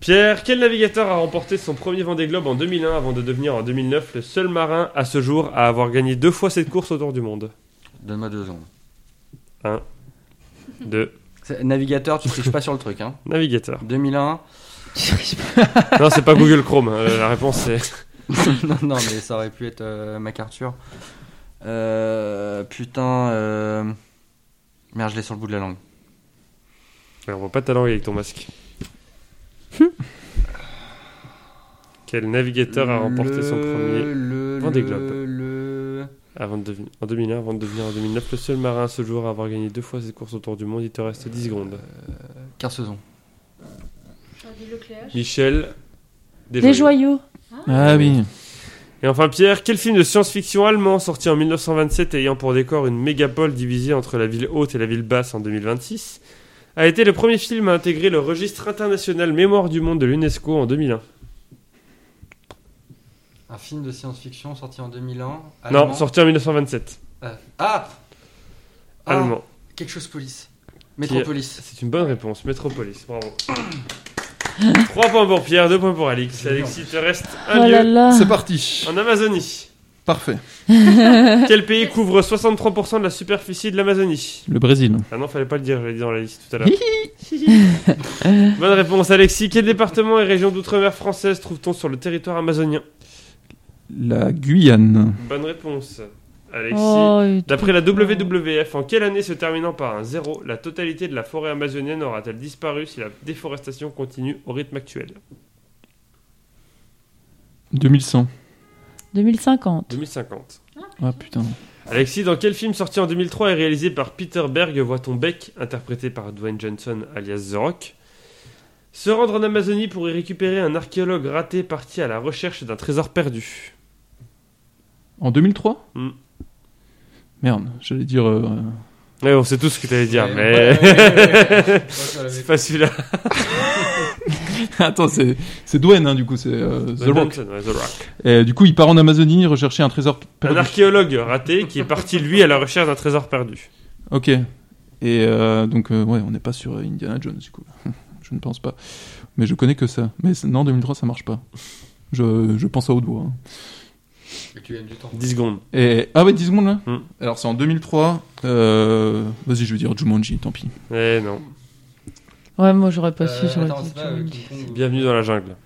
[SPEAKER 3] Pierre, quel navigateur a remporté son premier Vendée Globe en 2001 avant de devenir en 2009 le seul marin à ce jour à avoir gagné deux fois cette course autour du monde
[SPEAKER 5] Donne-moi deux secondes.
[SPEAKER 3] Deux.
[SPEAKER 5] C'est- Navigateur, tu triches pas sur le truc, hein.
[SPEAKER 3] Navigateur.
[SPEAKER 5] 2001.
[SPEAKER 3] Non, c'est pas Google Chrome. euh, la réponse c'est.
[SPEAKER 5] (laughs) non, non, mais ça aurait pu être euh, MacArthur. Euh, putain. euh, Merde, je l'ai sur le bout de la langue.
[SPEAKER 3] Ouais, on voit pas ta langue avec ton masque.
[SPEAKER 5] Hum.
[SPEAKER 3] Quel navigateur a remporté son premier
[SPEAKER 5] le,
[SPEAKER 3] Vendée
[SPEAKER 5] le-
[SPEAKER 3] Globe.
[SPEAKER 5] le-
[SPEAKER 3] avant de devenir, en 2001 avant de devenir en 2009 le seul marin à ce jour à avoir gagné deux fois cette course autour du monde Il te reste 10 secondes.
[SPEAKER 5] Euh, Carcezon.
[SPEAKER 3] (laughs) Michel.
[SPEAKER 2] Les joyaux.
[SPEAKER 1] Ah oui.
[SPEAKER 3] Et enfin Pierre, quel film de science-fiction allemand sorti en 1927 ayant pour décor une mégapole divisée entre la ville haute et la ville basse en 2026 a été le premier film à intégrer le registre international Mémoire du monde de l'UNESCO en 2001
[SPEAKER 5] Un film de science-fiction sorti en 2001.
[SPEAKER 3] Non,
[SPEAKER 5] allemand.
[SPEAKER 3] sorti en 1927.
[SPEAKER 5] Euh, ah Ah,
[SPEAKER 3] Allemand.
[SPEAKER 5] Quelque chose police. Métropolis.
[SPEAKER 3] C'est une bonne réponse. Métropolis, bravo. (coughs) 3 points pour Pierre, 2 points pour Alix. Alexis, il te reste
[SPEAKER 2] Oh
[SPEAKER 3] un
[SPEAKER 2] là
[SPEAKER 3] lieu
[SPEAKER 2] là.
[SPEAKER 1] C'est parti.
[SPEAKER 2] (laughs)
[SPEAKER 3] en Amazonie.
[SPEAKER 1] Parfait.
[SPEAKER 3] Quel pays couvre 63% de la superficie de l'Amazonie
[SPEAKER 1] Le Brésil.
[SPEAKER 3] Ah non, fallait pas le dire, je l'ai dit dans la liste tout
[SPEAKER 2] (laughs)
[SPEAKER 3] à l'heure. Bonne réponse, Alexis. Quel département et région d'outre-mer française trouve-t-on sur le territoire amazonien
[SPEAKER 1] La Guyane.
[SPEAKER 3] Bonne réponse, Alexis.
[SPEAKER 2] Oh, il-
[SPEAKER 3] D'après la WWF, en quelle année se terminant par un zéro, la totalité de la forêt amazonienne aura-t-elle disparu si la déforestation continue au rythme actuel
[SPEAKER 1] 2100.
[SPEAKER 2] 2050.
[SPEAKER 3] 2050.
[SPEAKER 1] Ah putain.
[SPEAKER 3] Alexis, dans quel film sorti en 2003 et réalisé par Peter Berg voit-on Beck, interprété par Dwayne Johnson alias The Rock, se rendre en Amazonie pour y récupérer un archéologue raté parti à la recherche d'un trésor perdu
[SPEAKER 1] En 2003
[SPEAKER 3] Hmm.
[SPEAKER 1] Merde, j'allais dire. euh,
[SPEAKER 3] Ouais, on sait tous ce que t'allais dire,
[SPEAKER 5] Ouais,
[SPEAKER 3] mais.
[SPEAKER 5] ouais, ouais, ouais. Je crois
[SPEAKER 3] (laughs)
[SPEAKER 5] que
[SPEAKER 3] c'est pas celui-là.
[SPEAKER 1] (laughs) Attends, c'est c'est Dwayne, hein, du coup, c'est euh, The
[SPEAKER 3] Dwayne
[SPEAKER 1] Rock.
[SPEAKER 3] Johnson, ouais, The Rock.
[SPEAKER 1] Et du coup, il part en Amazonie rechercher un trésor
[SPEAKER 3] Un
[SPEAKER 1] perdu.
[SPEAKER 3] archéologue raté qui est parti, lui, à la recherche d'un trésor perdu.
[SPEAKER 1] Ok. Et euh, donc, euh, ouais, on n'est pas sur euh, Indiana Jones, du coup. (laughs) je ne pense pas. Mais je connais que ça. Mais c'est- non, 2003, ça marche pas. Je, je pense à haute voix. hein.
[SPEAKER 5] j'avais- Tu gagnes du temps.
[SPEAKER 3] 10 secondes.
[SPEAKER 1] Et... Ah ouais, 10 secondes là
[SPEAKER 3] Hmm.
[SPEAKER 1] Alors, c'est en 2003. euh, Vas-y, je vais dire Jumanji, tant pis.
[SPEAKER 3] Eh non.
[SPEAKER 2] Ouais, moi j'aurais pas su.
[SPEAKER 5] Euh,
[SPEAKER 2] j'aurais
[SPEAKER 5] attends,
[SPEAKER 2] dit
[SPEAKER 5] c'est pas, euh,
[SPEAKER 2] Jumanji.
[SPEAKER 5] King Kong.
[SPEAKER 3] Bienvenue dans la jungle.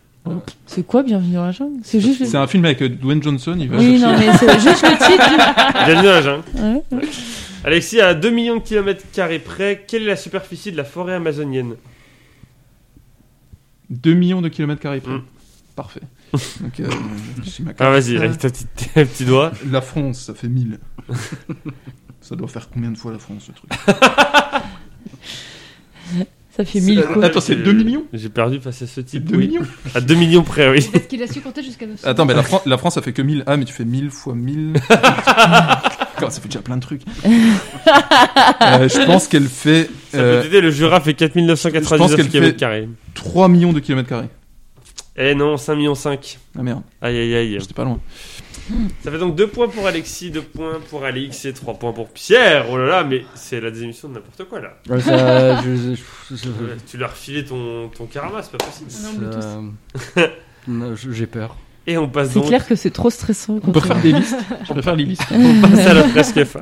[SPEAKER 2] C'est quoi Bienvenue dans la jungle C'est juste.
[SPEAKER 1] (laughs)
[SPEAKER 2] le-
[SPEAKER 1] C'est un film avec euh, Dwayne Johnson. Il va
[SPEAKER 2] Oui, non, mais c'est juste le titre.
[SPEAKER 3] Bienvenue dans la jungle.
[SPEAKER 2] du- Ouais.
[SPEAKER 3] Alexis, à 2 millions de kilomètres carrés près, quelle est la superficie de la forêt amazonienne
[SPEAKER 1] 2 millions de kilomètres carrés près.
[SPEAKER 3] Hmm. (laughs)
[SPEAKER 1] Parfait. Donc, euh, j'ai ma
[SPEAKER 3] Ah, vas-y,
[SPEAKER 2] Ah.
[SPEAKER 3] avec ta petite- (laughs) tes petits doigts.
[SPEAKER 1] La France, ça fait
[SPEAKER 3] (laughs)
[SPEAKER 1] 1000. ça doit faire combien de fois la France, ce truc
[SPEAKER 2] Ça fait 1000 quoi.
[SPEAKER 1] Attends, c'est 2 millions
[SPEAKER 3] J'ai perdu face à ce
[SPEAKER 1] C'est
[SPEAKER 3] type.
[SPEAKER 1] 2
[SPEAKER 3] oui.
[SPEAKER 1] millions
[SPEAKER 3] À 2 millions près, oui.
[SPEAKER 4] Parce qu'il a su compter jusqu'à 900.
[SPEAKER 1] Attends, mais la, Fran- la France, ça fait que 1000. Ah, mais tu fais 1000 fois 1000. (laughs) D'accord, ça fait déjà plein de trucs. Euh, je pense qu'elle fait
[SPEAKER 3] Ça peut
[SPEAKER 1] euh,
[SPEAKER 3] t'aider, le Jura fait
[SPEAKER 1] je pense
[SPEAKER 3] 4999
[SPEAKER 1] qu'elle
[SPEAKER 3] kilomètres
[SPEAKER 1] fait-
[SPEAKER 3] carrés.
[SPEAKER 1] 3 millions de kilomètres carrés.
[SPEAKER 3] Eh non, 5 millions 5.
[SPEAKER 1] Ah merde,
[SPEAKER 3] Aïe aïe aïe.
[SPEAKER 1] j'étais pas loin.
[SPEAKER 3] Ça fait donc 2 points pour Alexis, 2 points pour Alix et 3 points pour Pierre. Oh là là, mais c'est la désémission de n'importe quoi là.
[SPEAKER 5] Ouais, ça, je- je- je-
[SPEAKER 3] (laughs)
[SPEAKER 5] je-
[SPEAKER 1] Mmh.
[SPEAKER 3] Euh, Tu leur filais ton, ton karma, c'est pas possible.
[SPEAKER 4] On oublie
[SPEAKER 5] ça- euh, (laughs) Non, je- J'ai peur.
[SPEAKER 3] Et on passe
[SPEAKER 2] C'est
[SPEAKER 3] donc
[SPEAKER 2] clair que c'est trop stressant.
[SPEAKER 1] On
[SPEAKER 2] quand
[SPEAKER 1] peut
[SPEAKER 2] on-
[SPEAKER 1] faire des listes. Je préfère les listes.
[SPEAKER 3] on (laughs) passe à la fresque fin.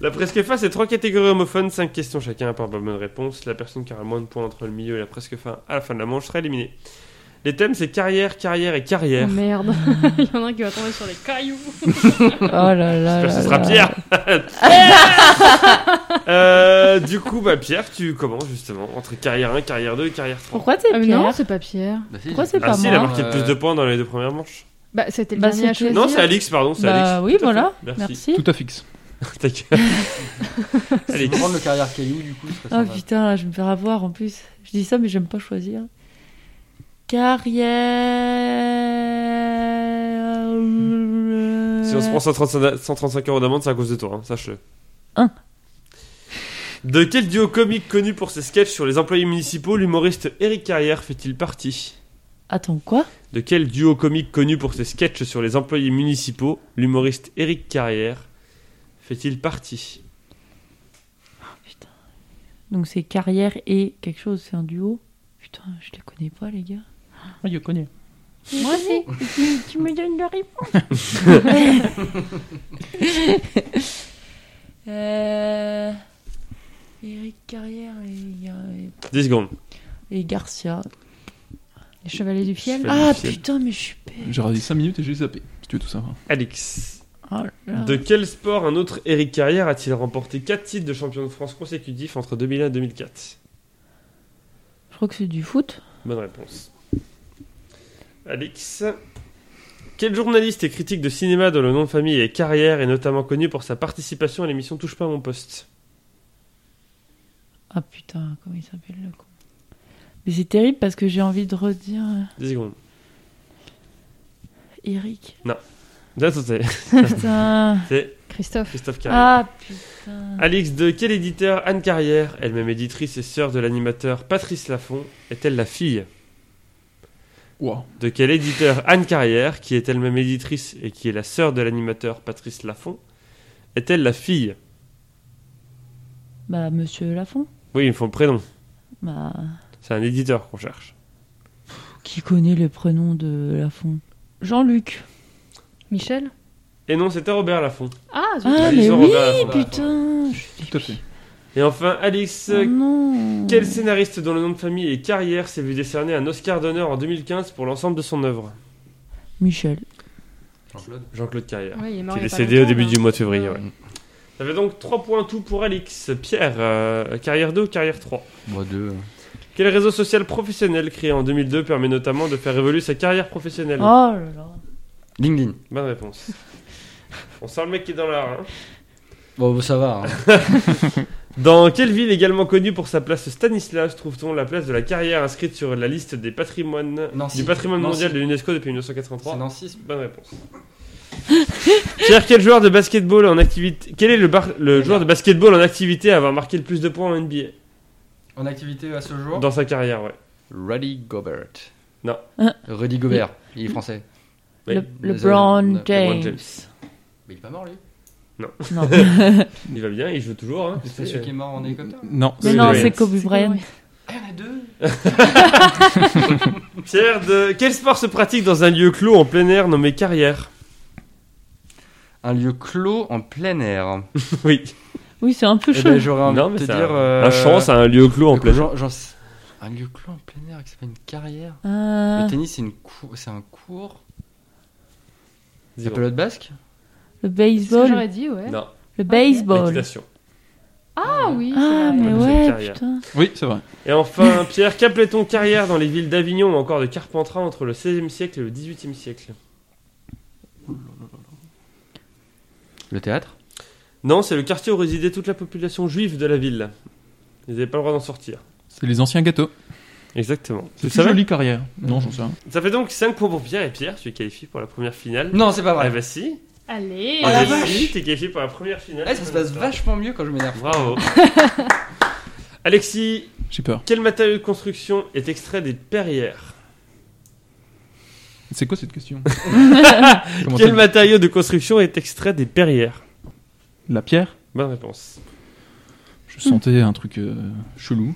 [SPEAKER 3] La presque fin, c'est trois catégories homophones, cinq questions chacun par bonne réponse. La personne qui aura le moins de points entre le milieu et la presque fin à la fin de la manche sera éliminée. Les thèmes, c'est carrière, carrière et
[SPEAKER 4] Oh,
[SPEAKER 3] carrière.
[SPEAKER 4] merde. (laughs) Il y en a un qui va tomber sur les cailloux.
[SPEAKER 2] Oh là là. là
[SPEAKER 3] J'espère que ce sera
[SPEAKER 2] Oh là.
[SPEAKER 3] Pierre. Pierre (laughs) Euh, du coup, bah, Pierre, tu commences justement entre carrière 1, carrière 2 et carrière 3.
[SPEAKER 2] Pourquoi t'es
[SPEAKER 4] Ah, mais non,
[SPEAKER 2] Pierre
[SPEAKER 4] c'est pas Pierre.
[SPEAKER 5] Bah, si,
[SPEAKER 2] Pourquoi
[SPEAKER 5] j'ai- Euh,
[SPEAKER 2] c'est
[SPEAKER 3] Ah
[SPEAKER 2] pas
[SPEAKER 3] si, il
[SPEAKER 2] moi Euh.
[SPEAKER 3] a marqué le plus de points dans les deux premières manches.
[SPEAKER 4] Bah, c'était le
[SPEAKER 2] Bah,
[SPEAKER 4] dernier à
[SPEAKER 2] c'était-
[SPEAKER 4] choisir.
[SPEAKER 3] Non, c'est Alix, pardon, c'est
[SPEAKER 2] Bah
[SPEAKER 3] Alix.
[SPEAKER 2] oui,
[SPEAKER 3] Tout à
[SPEAKER 2] voilà.
[SPEAKER 3] fait. Merci.
[SPEAKER 2] Merci.
[SPEAKER 1] Tout à fixe.
[SPEAKER 3] Ta gueule.
[SPEAKER 5] Je vais
[SPEAKER 3] Alix.
[SPEAKER 5] prendre le carrière caillou du coup. ce serait
[SPEAKER 2] Oh
[SPEAKER 5] sympa.
[SPEAKER 2] putain, là, je vais me faire avoir en plus. Je dis ça, mais j'aime pas choisir. Carrière.
[SPEAKER 3] Si on se prend 135 135 euros d'amende, c'est à cause de toi, hein, sache-le.
[SPEAKER 2] Un.
[SPEAKER 3] De quel duo comique connu pour ses sketchs sur les employés municipaux, l'humoriste Eric Carrière fait-il partie
[SPEAKER 2] Attends, quoi
[SPEAKER 3] De quel duo comique connu pour ses sketchs sur les employés municipaux, l'humoriste Eric Carrière fait-il partie
[SPEAKER 2] Donc c'est carrière et quelque chose, c'est un duo. Putain, je les connais pas, les gars.
[SPEAKER 6] Ah, je
[SPEAKER 3] (laughs)
[SPEAKER 6] connais.
[SPEAKER 2] Moi aussi, tu, tu me donnes la réponse. (laughs) Euh, Eric Carrière et,
[SPEAKER 3] 10 secondes.
[SPEAKER 2] et Garcia.
[SPEAKER 4] Les Chevaliers du Fiel.
[SPEAKER 3] Chevaliers.
[SPEAKER 2] Ah
[SPEAKER 3] Ciel.
[SPEAKER 2] putain, mais je suis bête.
[SPEAKER 1] J'aurais dit 5 minutes et j'ai zappé, si tu veux tout savoir.
[SPEAKER 3] Alex.
[SPEAKER 2] Oh là.
[SPEAKER 3] De quel sport un autre Eric Carrière a-t-il remporté 4 titres de champion de France consécutifs entre 2001 et 2004
[SPEAKER 2] Je crois que c'est du foot.
[SPEAKER 3] Bonne réponse. Alex. Quel journaliste et critique de cinéma dont le nom de famille est Carrière est notamment connu pour sa participation à l'émission Touche pas à mon poste
[SPEAKER 2] Ah putain, comment il s'appelle le con. Mais c'est terrible parce que j'ai envie de redire euh,
[SPEAKER 3] 10 secondes.
[SPEAKER 2] Eric.
[SPEAKER 3] Là, c'est (laughs)
[SPEAKER 2] Putain.
[SPEAKER 3] c'est
[SPEAKER 4] Christophe.
[SPEAKER 3] Christophe Carrière.
[SPEAKER 2] ah putain.
[SPEAKER 3] Alix, de quel éditeur Anne Carrière, elle-même éditrice et sœur de l'animateur Patrice Laffont, est-elle la fille
[SPEAKER 1] Wow.
[SPEAKER 3] De quel éditeur Anne Carrière, qui est elle-même éditrice et qui est la sœur de l'animateur Patrice Laffont, est-elle la fille
[SPEAKER 2] Bah Monsieur Lafont.
[SPEAKER 3] Oui, il me faut le prénom.
[SPEAKER 2] Bah
[SPEAKER 3] C'est un éditeur qu'on cherche.
[SPEAKER 2] qui connaît le prénom de Lafont Jean-Luc.
[SPEAKER 4] Michel.
[SPEAKER 3] Et non, c'était Robert Laffont.
[SPEAKER 4] Ah, zut.
[SPEAKER 2] Ah
[SPEAKER 3] Ils
[SPEAKER 2] mais
[SPEAKER 3] ont
[SPEAKER 2] oui,
[SPEAKER 3] Robert Laffont.
[SPEAKER 2] putain. je suis
[SPEAKER 1] Tout à fait.
[SPEAKER 3] Et enfin, Alix, euh,
[SPEAKER 2] Oh non.
[SPEAKER 3] quel scénariste dont le nom de famille est Carrière s'est vu décerner un Oscar d'honneur en 2015 pour l'ensemble de son œuvre
[SPEAKER 2] Michel.
[SPEAKER 5] Jean-Claude.
[SPEAKER 3] Jean-Claude Carrière.
[SPEAKER 4] Ouais, il est mort
[SPEAKER 3] Qui est
[SPEAKER 4] il y a pas
[SPEAKER 3] décédé au
[SPEAKER 4] longtemps,
[SPEAKER 3] début
[SPEAKER 4] là.
[SPEAKER 3] du mois de février.
[SPEAKER 4] Ah.
[SPEAKER 3] ouais. Ça fait donc 3 points tout pour Alix. Pierre, euh, carrière 2 ou carrière 3
[SPEAKER 5] Moi, deux.
[SPEAKER 3] Quel réseau social professionnel créé en 2002 permet notamment de faire évoluer sa carrière professionnelle
[SPEAKER 2] Oh là là.
[SPEAKER 5] LinkedIn.
[SPEAKER 3] Bonne réponse. On sent le mec qui est dans l'art. hein.
[SPEAKER 5] Bon, ça va. hein.
[SPEAKER 3] Dans quelle ville également connue pour sa place Stanislas trouve-t-on la place de la carrière inscrite sur la liste des patrimoines,
[SPEAKER 5] Nancy.
[SPEAKER 3] du patrimoine
[SPEAKER 5] Nancy.
[SPEAKER 3] mondial de l'UNESCO depuis
[SPEAKER 5] C'est
[SPEAKER 3] 1983
[SPEAKER 5] Nancy.
[SPEAKER 3] Bonne réponse. (laughs) Pierre, quel joueur de basketball en activité Quel est le, bar- le joueur de basketball en activité à avoir marqué le plus de points en NBA
[SPEAKER 5] En activité à ce jour
[SPEAKER 3] dans sa carrière Ouais.
[SPEAKER 5] Rudy Gobert.
[SPEAKER 3] Non.
[SPEAKER 2] Hein
[SPEAKER 5] Rudy Gobert. Il est français.
[SPEAKER 3] Oui.
[SPEAKER 2] Le,
[SPEAKER 5] Le-
[SPEAKER 2] LeBron
[SPEAKER 5] LeBron
[SPEAKER 2] James.
[SPEAKER 3] James.
[SPEAKER 5] Mais il est pas mort, lui.
[SPEAKER 2] Non,
[SPEAKER 3] Il va bien, il joue toujours. Hein,
[SPEAKER 5] C'est
[SPEAKER 3] Tu sais,
[SPEAKER 5] celui qui est mort en hélicoptère.
[SPEAKER 1] Non,
[SPEAKER 2] Mais
[SPEAKER 3] Oui,
[SPEAKER 2] non,
[SPEAKER 3] oui.
[SPEAKER 2] c'est Kobe Bryant.
[SPEAKER 5] Ah, il y en a deux.
[SPEAKER 3] euh. Pierre, de... quel sport se pratique dans un lieu clos en plein air nommé carrière (laughs)
[SPEAKER 5] Un lieu clos en plein (laughs) air.
[SPEAKER 3] Oui.
[SPEAKER 2] Oui, c'est un peu
[SPEAKER 5] Eh
[SPEAKER 2] chaud.
[SPEAKER 5] ben, j'aurais envie de te
[SPEAKER 3] c'est un-
[SPEAKER 5] dire. euh,
[SPEAKER 3] un, champ, c'est un lieu clos en plein air.
[SPEAKER 5] Un lieu clos en plein air qui s'appelle une carrière.
[SPEAKER 2] Ah,
[SPEAKER 5] Le tennis, c'est une cour- c'est un cours. La
[SPEAKER 3] Zéro.
[SPEAKER 5] pelote basque
[SPEAKER 2] le
[SPEAKER 4] C'est ce que
[SPEAKER 2] baseball.
[SPEAKER 4] j'aurais dit, ouais.
[SPEAKER 3] Non,
[SPEAKER 2] Le baseball.
[SPEAKER 3] l'équitation.
[SPEAKER 4] Ah oui.
[SPEAKER 2] Ah, mais
[SPEAKER 3] Ouais, c'est
[SPEAKER 2] ouais,
[SPEAKER 3] carrière.
[SPEAKER 2] putain.
[SPEAKER 1] Oui, c'est vrai.
[SPEAKER 3] Et enfin, Pierre, qu'appelait-on carrière dans les villes d'Avignon ou encore de Carpentras entre le 16e siècle et le 18e siècle
[SPEAKER 5] Le théâtre
[SPEAKER 3] Non, c'est le quartier où résidait toute la population juive de la ville. Ils n'avaient pas le droit d'en sortir.
[SPEAKER 1] C'est les anciens gâteaux.
[SPEAKER 3] Exactement.
[SPEAKER 1] C'est
[SPEAKER 3] ça
[SPEAKER 1] une jolie carrière. Non, j'en sais rien.
[SPEAKER 3] Ça fait donc 5 points pour Pierre et Pierre, tu es qualifié pour la première finale.
[SPEAKER 5] Non, c'est pas
[SPEAKER 3] Ah
[SPEAKER 5] vrai.
[SPEAKER 3] bah si
[SPEAKER 4] Allez.
[SPEAKER 5] Oh la
[SPEAKER 3] Et
[SPEAKER 5] vache.
[SPEAKER 3] si, t'es qualifié pour la première finale.
[SPEAKER 5] Eh, ça se passe vachement mieux quand je m'énerve.
[SPEAKER 3] Bravo (laughs) Alexis,
[SPEAKER 1] J'ai peur.
[SPEAKER 3] quel matériau de construction est extrait des perrières
[SPEAKER 1] C'est quoi cette (laughs) question Comment
[SPEAKER 3] Quel
[SPEAKER 1] ça-
[SPEAKER 3] matériau de construction est extrait des perrières
[SPEAKER 1] La pierre
[SPEAKER 3] Bonne réponse.
[SPEAKER 1] Je sentais un truc euh, chelou.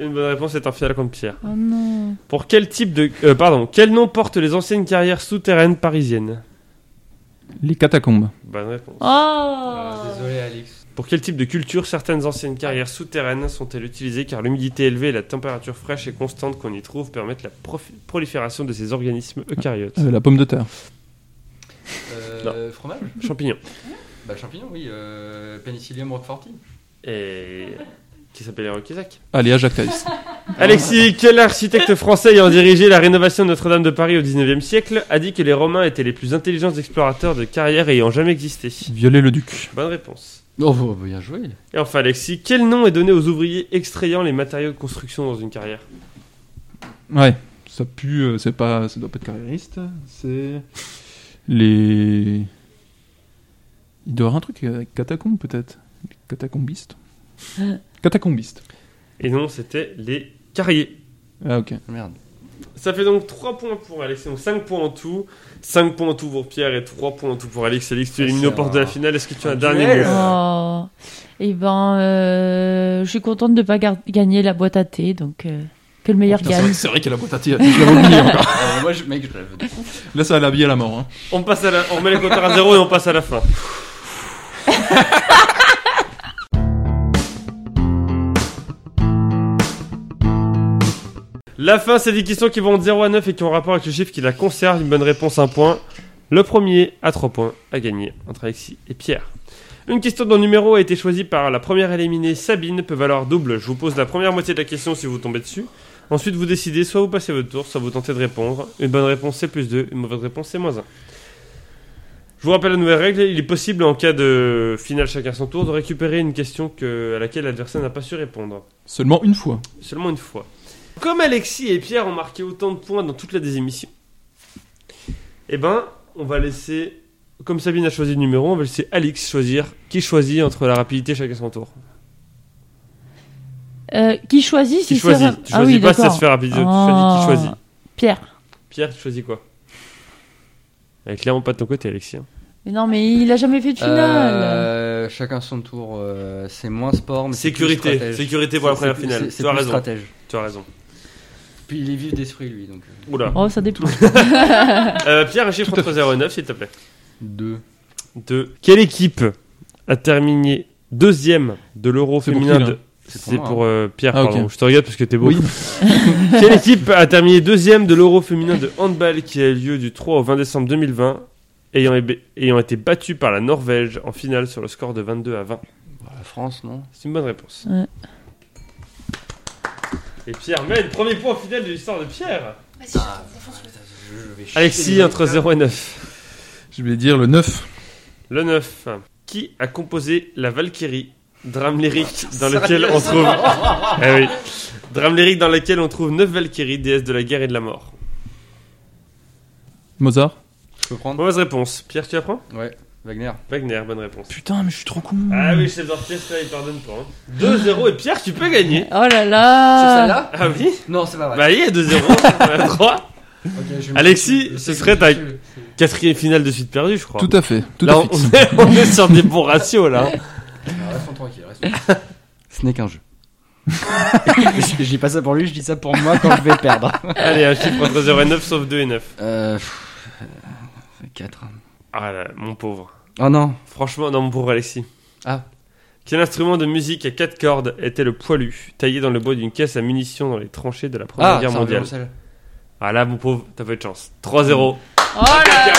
[SPEAKER 3] Une bonne réponse est un final contre Pierre.
[SPEAKER 2] Oh non.
[SPEAKER 3] Pour quel type de. euh, pardon, quel nom portent les anciennes carrières souterraines parisiennes
[SPEAKER 1] Les catacombes.
[SPEAKER 3] Bonne réponse.
[SPEAKER 2] Oh
[SPEAKER 5] Euh, désolé, Alex.
[SPEAKER 3] Pour quel type de culture certaines anciennes carrières souterraines sont-elles utilisées car l'humidité élevée et la température fraîche et constante qu'on y trouve permettent la profi- prolifération de ces organismes eucaryotes
[SPEAKER 1] Euh, la pomme de terre.
[SPEAKER 5] Euh, Fromage
[SPEAKER 3] Champignons.
[SPEAKER 5] Bah, champignon, oui. Euh, Penicillium roqueforti.
[SPEAKER 3] Et. qui s'appelle Héroïque Isaac.
[SPEAKER 1] Allez, à Jacques Thaïs.
[SPEAKER 3] Alexis, quel architecte français ayant dirigé la rénovation de Notre-Dame de Paris au 19e siècle a dit que les Romains étaient les plus intelligents explorateurs de carrières ayant jamais existé
[SPEAKER 1] Violer le duc.
[SPEAKER 3] Bonne réponse.
[SPEAKER 5] Oh, bah, bien joué.
[SPEAKER 3] Et enfin, Alexis, quel nom est donné aux ouvriers extrayant les matériaux de construction dans une carrière
[SPEAKER 1] Ouais. Ça pue, euh, c'est pas, ça doit pas être carriériste. C'est les. Il doit y avoir un truc avec catacombes peut-être. Les Catacombistes. Catacombistes.
[SPEAKER 3] Et non, c'était les carriers.
[SPEAKER 1] Ah ok.
[SPEAKER 5] Merde.
[SPEAKER 3] Ça fait donc 3 points pour Alexis, donc 5 points en tout. 5 points en tout pour Pierre et 3 points en tout pour Alex. Alix, tu
[SPEAKER 5] Ah,
[SPEAKER 3] élimines
[SPEAKER 5] c'est
[SPEAKER 3] aux portes de la
[SPEAKER 5] un-
[SPEAKER 3] finale. Est-ce que tu as un
[SPEAKER 5] un
[SPEAKER 3] dernier
[SPEAKER 5] duel.
[SPEAKER 3] mot
[SPEAKER 2] Oh. Et ben, euh, je suis contente de ne pas gar- gagner la boîte à thé, donc euh, que le
[SPEAKER 3] Ah,
[SPEAKER 2] meilleur
[SPEAKER 1] Putain, c'est
[SPEAKER 2] gagne.
[SPEAKER 1] vrai- C'est vrai qu'elle a boîte à thé, je l'avais oublié encore.
[SPEAKER 5] (laughs) Euh, moi, je, mec, je la veux.
[SPEAKER 1] Là, ça l'a habillé à la mort. hein.
[SPEAKER 3] On, passe à la- on met les compteurs à zéro et on passe à la fin. La fin, c'est des questions qui vont de 0 à 9 et qui ont rapport avec le chiffre qui la concerne. Une bonne réponse, un point. Le premier à 3 points à gagner entre Alexis et Pierre. Une question dont le numéro a été choisi par la première éliminée, Sabine, peut valoir double. Je vous pose la première moitié de la question si vous tombez dessus. Ensuite, vous décidez, soit vous passez votre tour, soit vous tentez de répondre. Une bonne réponse, c'est plus 2. Une mauvaise réponse, c'est moins 1. Je vous rappelle la nouvelle règle. Il est possible, en cas de finale chacun son tour, de récupérer une question que- à laquelle l'adversaire n'a pas su répondre.
[SPEAKER 1] Seulement une fois.
[SPEAKER 3] Seulement une fois. Comme Alexis et Pierre ont marqué autant de points dans toute la désémission, eh ben, on va laisser... Comme Sabine a choisi le numéro, on va laisser Alix choisir qui choisit entre la rapidité et chacun son tour.
[SPEAKER 2] Euh, qui Ah choisit si
[SPEAKER 3] Qui choisit
[SPEAKER 2] c'est...
[SPEAKER 3] Tu choisis pas si ça se fait rapide. Tu choisis qui
[SPEAKER 2] Oh.
[SPEAKER 3] choisit.
[SPEAKER 2] Pierre.
[SPEAKER 3] Pierre, tu choisis quoi Elle est clairement pas de ton côté, Alexis. hein.
[SPEAKER 2] Mais non, mais il a jamais fait de finale.
[SPEAKER 5] Euh, chacun son tour. euh, c'est moins sport, mais c'est plus
[SPEAKER 3] Sécurité,
[SPEAKER 5] stratège.
[SPEAKER 3] sécurité pour la
[SPEAKER 5] C'est-
[SPEAKER 3] première
[SPEAKER 5] c'est-
[SPEAKER 3] finale.
[SPEAKER 5] c'est- C'est
[SPEAKER 3] Tu as
[SPEAKER 5] plus
[SPEAKER 3] raison.
[SPEAKER 5] stratège.
[SPEAKER 3] Tu as raison.
[SPEAKER 5] Puis il est vif d'esprit, lui, donc.
[SPEAKER 3] Oula.
[SPEAKER 2] Oh, ça dépend.
[SPEAKER 3] Euh, Pierre, un chiffre entre 0 et 9, s'il te plaît.
[SPEAKER 5] 2.
[SPEAKER 3] De Quelle équipe a terminé deuxième de l'Euro
[SPEAKER 1] C'est pour
[SPEAKER 3] féminin
[SPEAKER 1] qui, là
[SPEAKER 3] de...
[SPEAKER 5] C'est pour
[SPEAKER 3] C'est
[SPEAKER 5] moi,
[SPEAKER 3] pour euh, Pierre,
[SPEAKER 1] Ah, ok.
[SPEAKER 3] pardon. Je te regarde parce que t'es beau.
[SPEAKER 1] Oui.
[SPEAKER 3] (laughs) Quelle équipe a terminé deuxième de l'Euro féminin de handball qui a eu lieu du 3 au 20 décembre 2020, ayant, ébe- ayant été battue par la Norvège en finale sur le score de 22 à 20
[SPEAKER 5] La France, non
[SPEAKER 3] C'est une bonne réponse.
[SPEAKER 2] Ouais.
[SPEAKER 3] Et Pierre mène, premier point final de l'histoire de Pierre.
[SPEAKER 5] Je vais
[SPEAKER 3] Alexis, entre 0 et 9.
[SPEAKER 1] Je vais dire le 9.
[SPEAKER 3] Le 9. Qui a composé La Valkyrie Drame lyrique dans lequel on trouve. (laughs) Eh oui. Drame lyrique dans lequel on trouve 9 Valkyries, déesses de la guerre et de la mort.
[SPEAKER 1] Mozart.
[SPEAKER 5] Je peux prendre
[SPEAKER 3] Mauvaise réponse. Pierre, tu apprends
[SPEAKER 5] Ouais, Wagner.
[SPEAKER 3] Wagner, bonne réponse.
[SPEAKER 1] Putain, mais je suis trop con.
[SPEAKER 3] Ah oui, chef d'orchestre, là, il pardonne pas. hein. 2-0 et Pierre, tu peux gagner.
[SPEAKER 2] Oh là là.
[SPEAKER 5] celle-là
[SPEAKER 3] Ah oui
[SPEAKER 5] Non, c'est pas vrai.
[SPEAKER 3] Bah, il y a 2-0, on a 3. Alexis, ce serait ta- Quatrième finale de suite perdue, je crois.
[SPEAKER 1] Tout à fait. Tout
[SPEAKER 3] là,
[SPEAKER 1] à
[SPEAKER 3] on,
[SPEAKER 1] fait.
[SPEAKER 3] on est, on est sur des bons
[SPEAKER 1] (laughs)
[SPEAKER 3] ratios, là.
[SPEAKER 5] Restons tranquilles, (laughs) Ce n'est qu'un (laughs) jeu. je dis pas ça pour lui, je dis ça pour moi quand je vais perdre.
[SPEAKER 3] Allez, un chiffre entre 0 et 9, sauf 2 et 9.
[SPEAKER 5] Euh. 4.
[SPEAKER 3] Ah là, mon pauvre.
[SPEAKER 5] Oh non
[SPEAKER 3] Franchement, non, mon pauvre Alexis.
[SPEAKER 5] Ah.
[SPEAKER 3] Quel instrument de musique à quatre cordes était le poilu, taillé dans le bois d'une caisse à munitions dans les tranchées de la Première Guerre
[SPEAKER 5] c'est un
[SPEAKER 3] mondiale
[SPEAKER 5] violoncelle.
[SPEAKER 3] Ah là, mon pauvre, t'as pas eu de chance. 3-0.
[SPEAKER 2] Oh là là.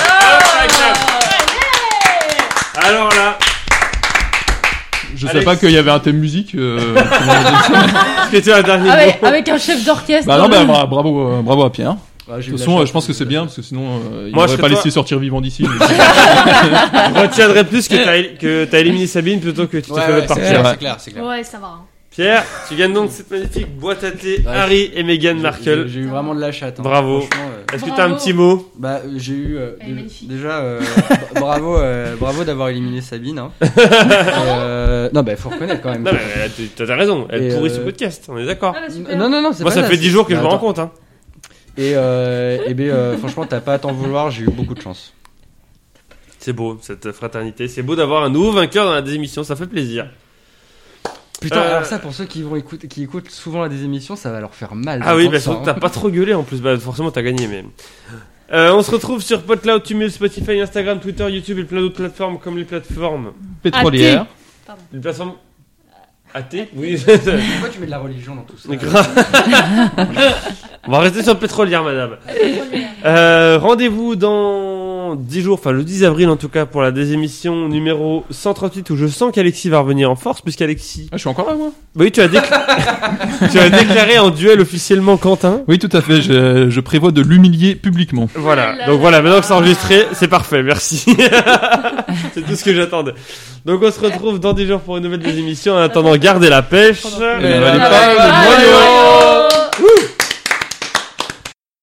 [SPEAKER 3] Alors ah, là,
[SPEAKER 1] Je
[SPEAKER 3] Alex.
[SPEAKER 1] savais pas qu'il y avait un thème musique. (laughs) euh, comment on dit ça
[SPEAKER 3] est-ce que tu as un dernier mot
[SPEAKER 2] Avec, Ah avec un chef d'orchestre.
[SPEAKER 1] bah non,
[SPEAKER 2] dans
[SPEAKER 1] bah,
[SPEAKER 2] le-
[SPEAKER 1] bra- bravo, euh, bravo à Pierre.
[SPEAKER 5] Ouais,
[SPEAKER 1] De toute
[SPEAKER 5] j'ai eu la
[SPEAKER 1] façon,
[SPEAKER 5] chance,
[SPEAKER 1] euh, je pense que
[SPEAKER 5] j'ai
[SPEAKER 1] c'est
[SPEAKER 5] eu la
[SPEAKER 1] bien
[SPEAKER 5] chance.
[SPEAKER 1] parce que sinon, euh, il
[SPEAKER 3] Moi, je
[SPEAKER 1] m'aurait
[SPEAKER 3] serais
[SPEAKER 1] pas
[SPEAKER 3] toi.
[SPEAKER 1] laissé sortir vivant d'ici. mais-
[SPEAKER 3] Je retiendrai plus que t'as, que t'as éliminé Sabine plutôt que tu t'es
[SPEAKER 5] Ouais,
[SPEAKER 3] fait
[SPEAKER 5] ouais,
[SPEAKER 3] mettre par
[SPEAKER 5] c'est
[SPEAKER 1] clair. Ouais.
[SPEAKER 3] Pierre.
[SPEAKER 5] clair, c'est clair, c'est clair.
[SPEAKER 4] Ouais, ça va. hein.
[SPEAKER 3] Pierre, tu gagnes donc cette magnifique boîte à thé
[SPEAKER 5] Ouais.
[SPEAKER 3] Harry et Meghan Markle.
[SPEAKER 5] J'ai eu vraiment de la chatte. hein.
[SPEAKER 3] Bravo.
[SPEAKER 5] Franchement, euh,
[SPEAKER 3] Est-ce que t'as un
[SPEAKER 4] Bravo.
[SPEAKER 3] petit mot
[SPEAKER 5] Bah, euh, j'ai eu. euh,
[SPEAKER 4] Elle est
[SPEAKER 5] dé-
[SPEAKER 4] magnifique.
[SPEAKER 3] (laughs)
[SPEAKER 5] déjà, euh, b- bravo, euh, bravo d'avoir éliminé Sabine. hein. Et, euh, non, bah, faut reconnaître quand même.
[SPEAKER 3] Non, mais elle- t'as- t'as raison, elle
[SPEAKER 5] Et,
[SPEAKER 3] pourrit
[SPEAKER 5] euh,
[SPEAKER 3] ce podcast, on est d'accord.
[SPEAKER 2] Ah bah, super.
[SPEAKER 5] Non, non, non, c'est
[SPEAKER 3] Moi,
[SPEAKER 5] pas
[SPEAKER 3] ça fait 10 jours que je
[SPEAKER 5] Bah,
[SPEAKER 3] me
[SPEAKER 5] attends.
[SPEAKER 3] rends compte. Hein.
[SPEAKER 5] Et, euh, eh ben, euh, franchement, t'as pas à t'en vouloir, j'ai eu beaucoup de chance.
[SPEAKER 3] C'est beau, cette fraternité. C'est beau d'avoir un nouveau vainqueur dans la désémission, ça fait plaisir.
[SPEAKER 5] Putain,
[SPEAKER 3] Euh,
[SPEAKER 5] alors ça, pour ceux qui, vont écouter, qui écoutent souvent la désémission, ça va leur faire mal.
[SPEAKER 3] Ah oui, bah, surtout
[SPEAKER 5] sûr
[SPEAKER 3] que t'as pas trop gueulé en plus, bah, forcément t'as gagné, mais. Euh, on se retrouve sur PodCloud, Tumul, Spotify, Instagram, Twitter, YouTube et plein d'autres plateformes comme les plateformes.
[SPEAKER 1] Pétrolière.
[SPEAKER 3] Les plateformes. athées Oui, (laughs)
[SPEAKER 5] Pourquoi tu mets de la religion dans tout ça
[SPEAKER 3] Mais grave. On va rester sur le pétrolière, madame. Euh, Rendez-vous dans 10 jours, enfin le 10 avril en tout cas, pour la désémission numéro 138 où je sens qu'Alexis va revenir en force, puisqu'Alexis.
[SPEAKER 1] Ah, je suis encore là, moi.
[SPEAKER 3] Bah oui, tu as, décla- (laughs) tu as déclaré en duel officiellement Quentin.
[SPEAKER 1] Oui, tout à fait. Je, je prévois de l'humilier publiquement.
[SPEAKER 3] Voilà,
[SPEAKER 2] Oh là
[SPEAKER 3] donc
[SPEAKER 2] là.
[SPEAKER 3] voilà, maintenant que c'est enregistré, c'est parfait, merci. (laughs) c'est tout ce que j'attendais. Donc on se retrouve dans 10 jours pour une nouvelle désémission. En attendant, gardez la pêche.
[SPEAKER 1] Et n'avalez
[SPEAKER 2] pas
[SPEAKER 1] pas
[SPEAKER 2] de
[SPEAKER 1] de
[SPEAKER 2] moineaux.
[SPEAKER 1] moineaux.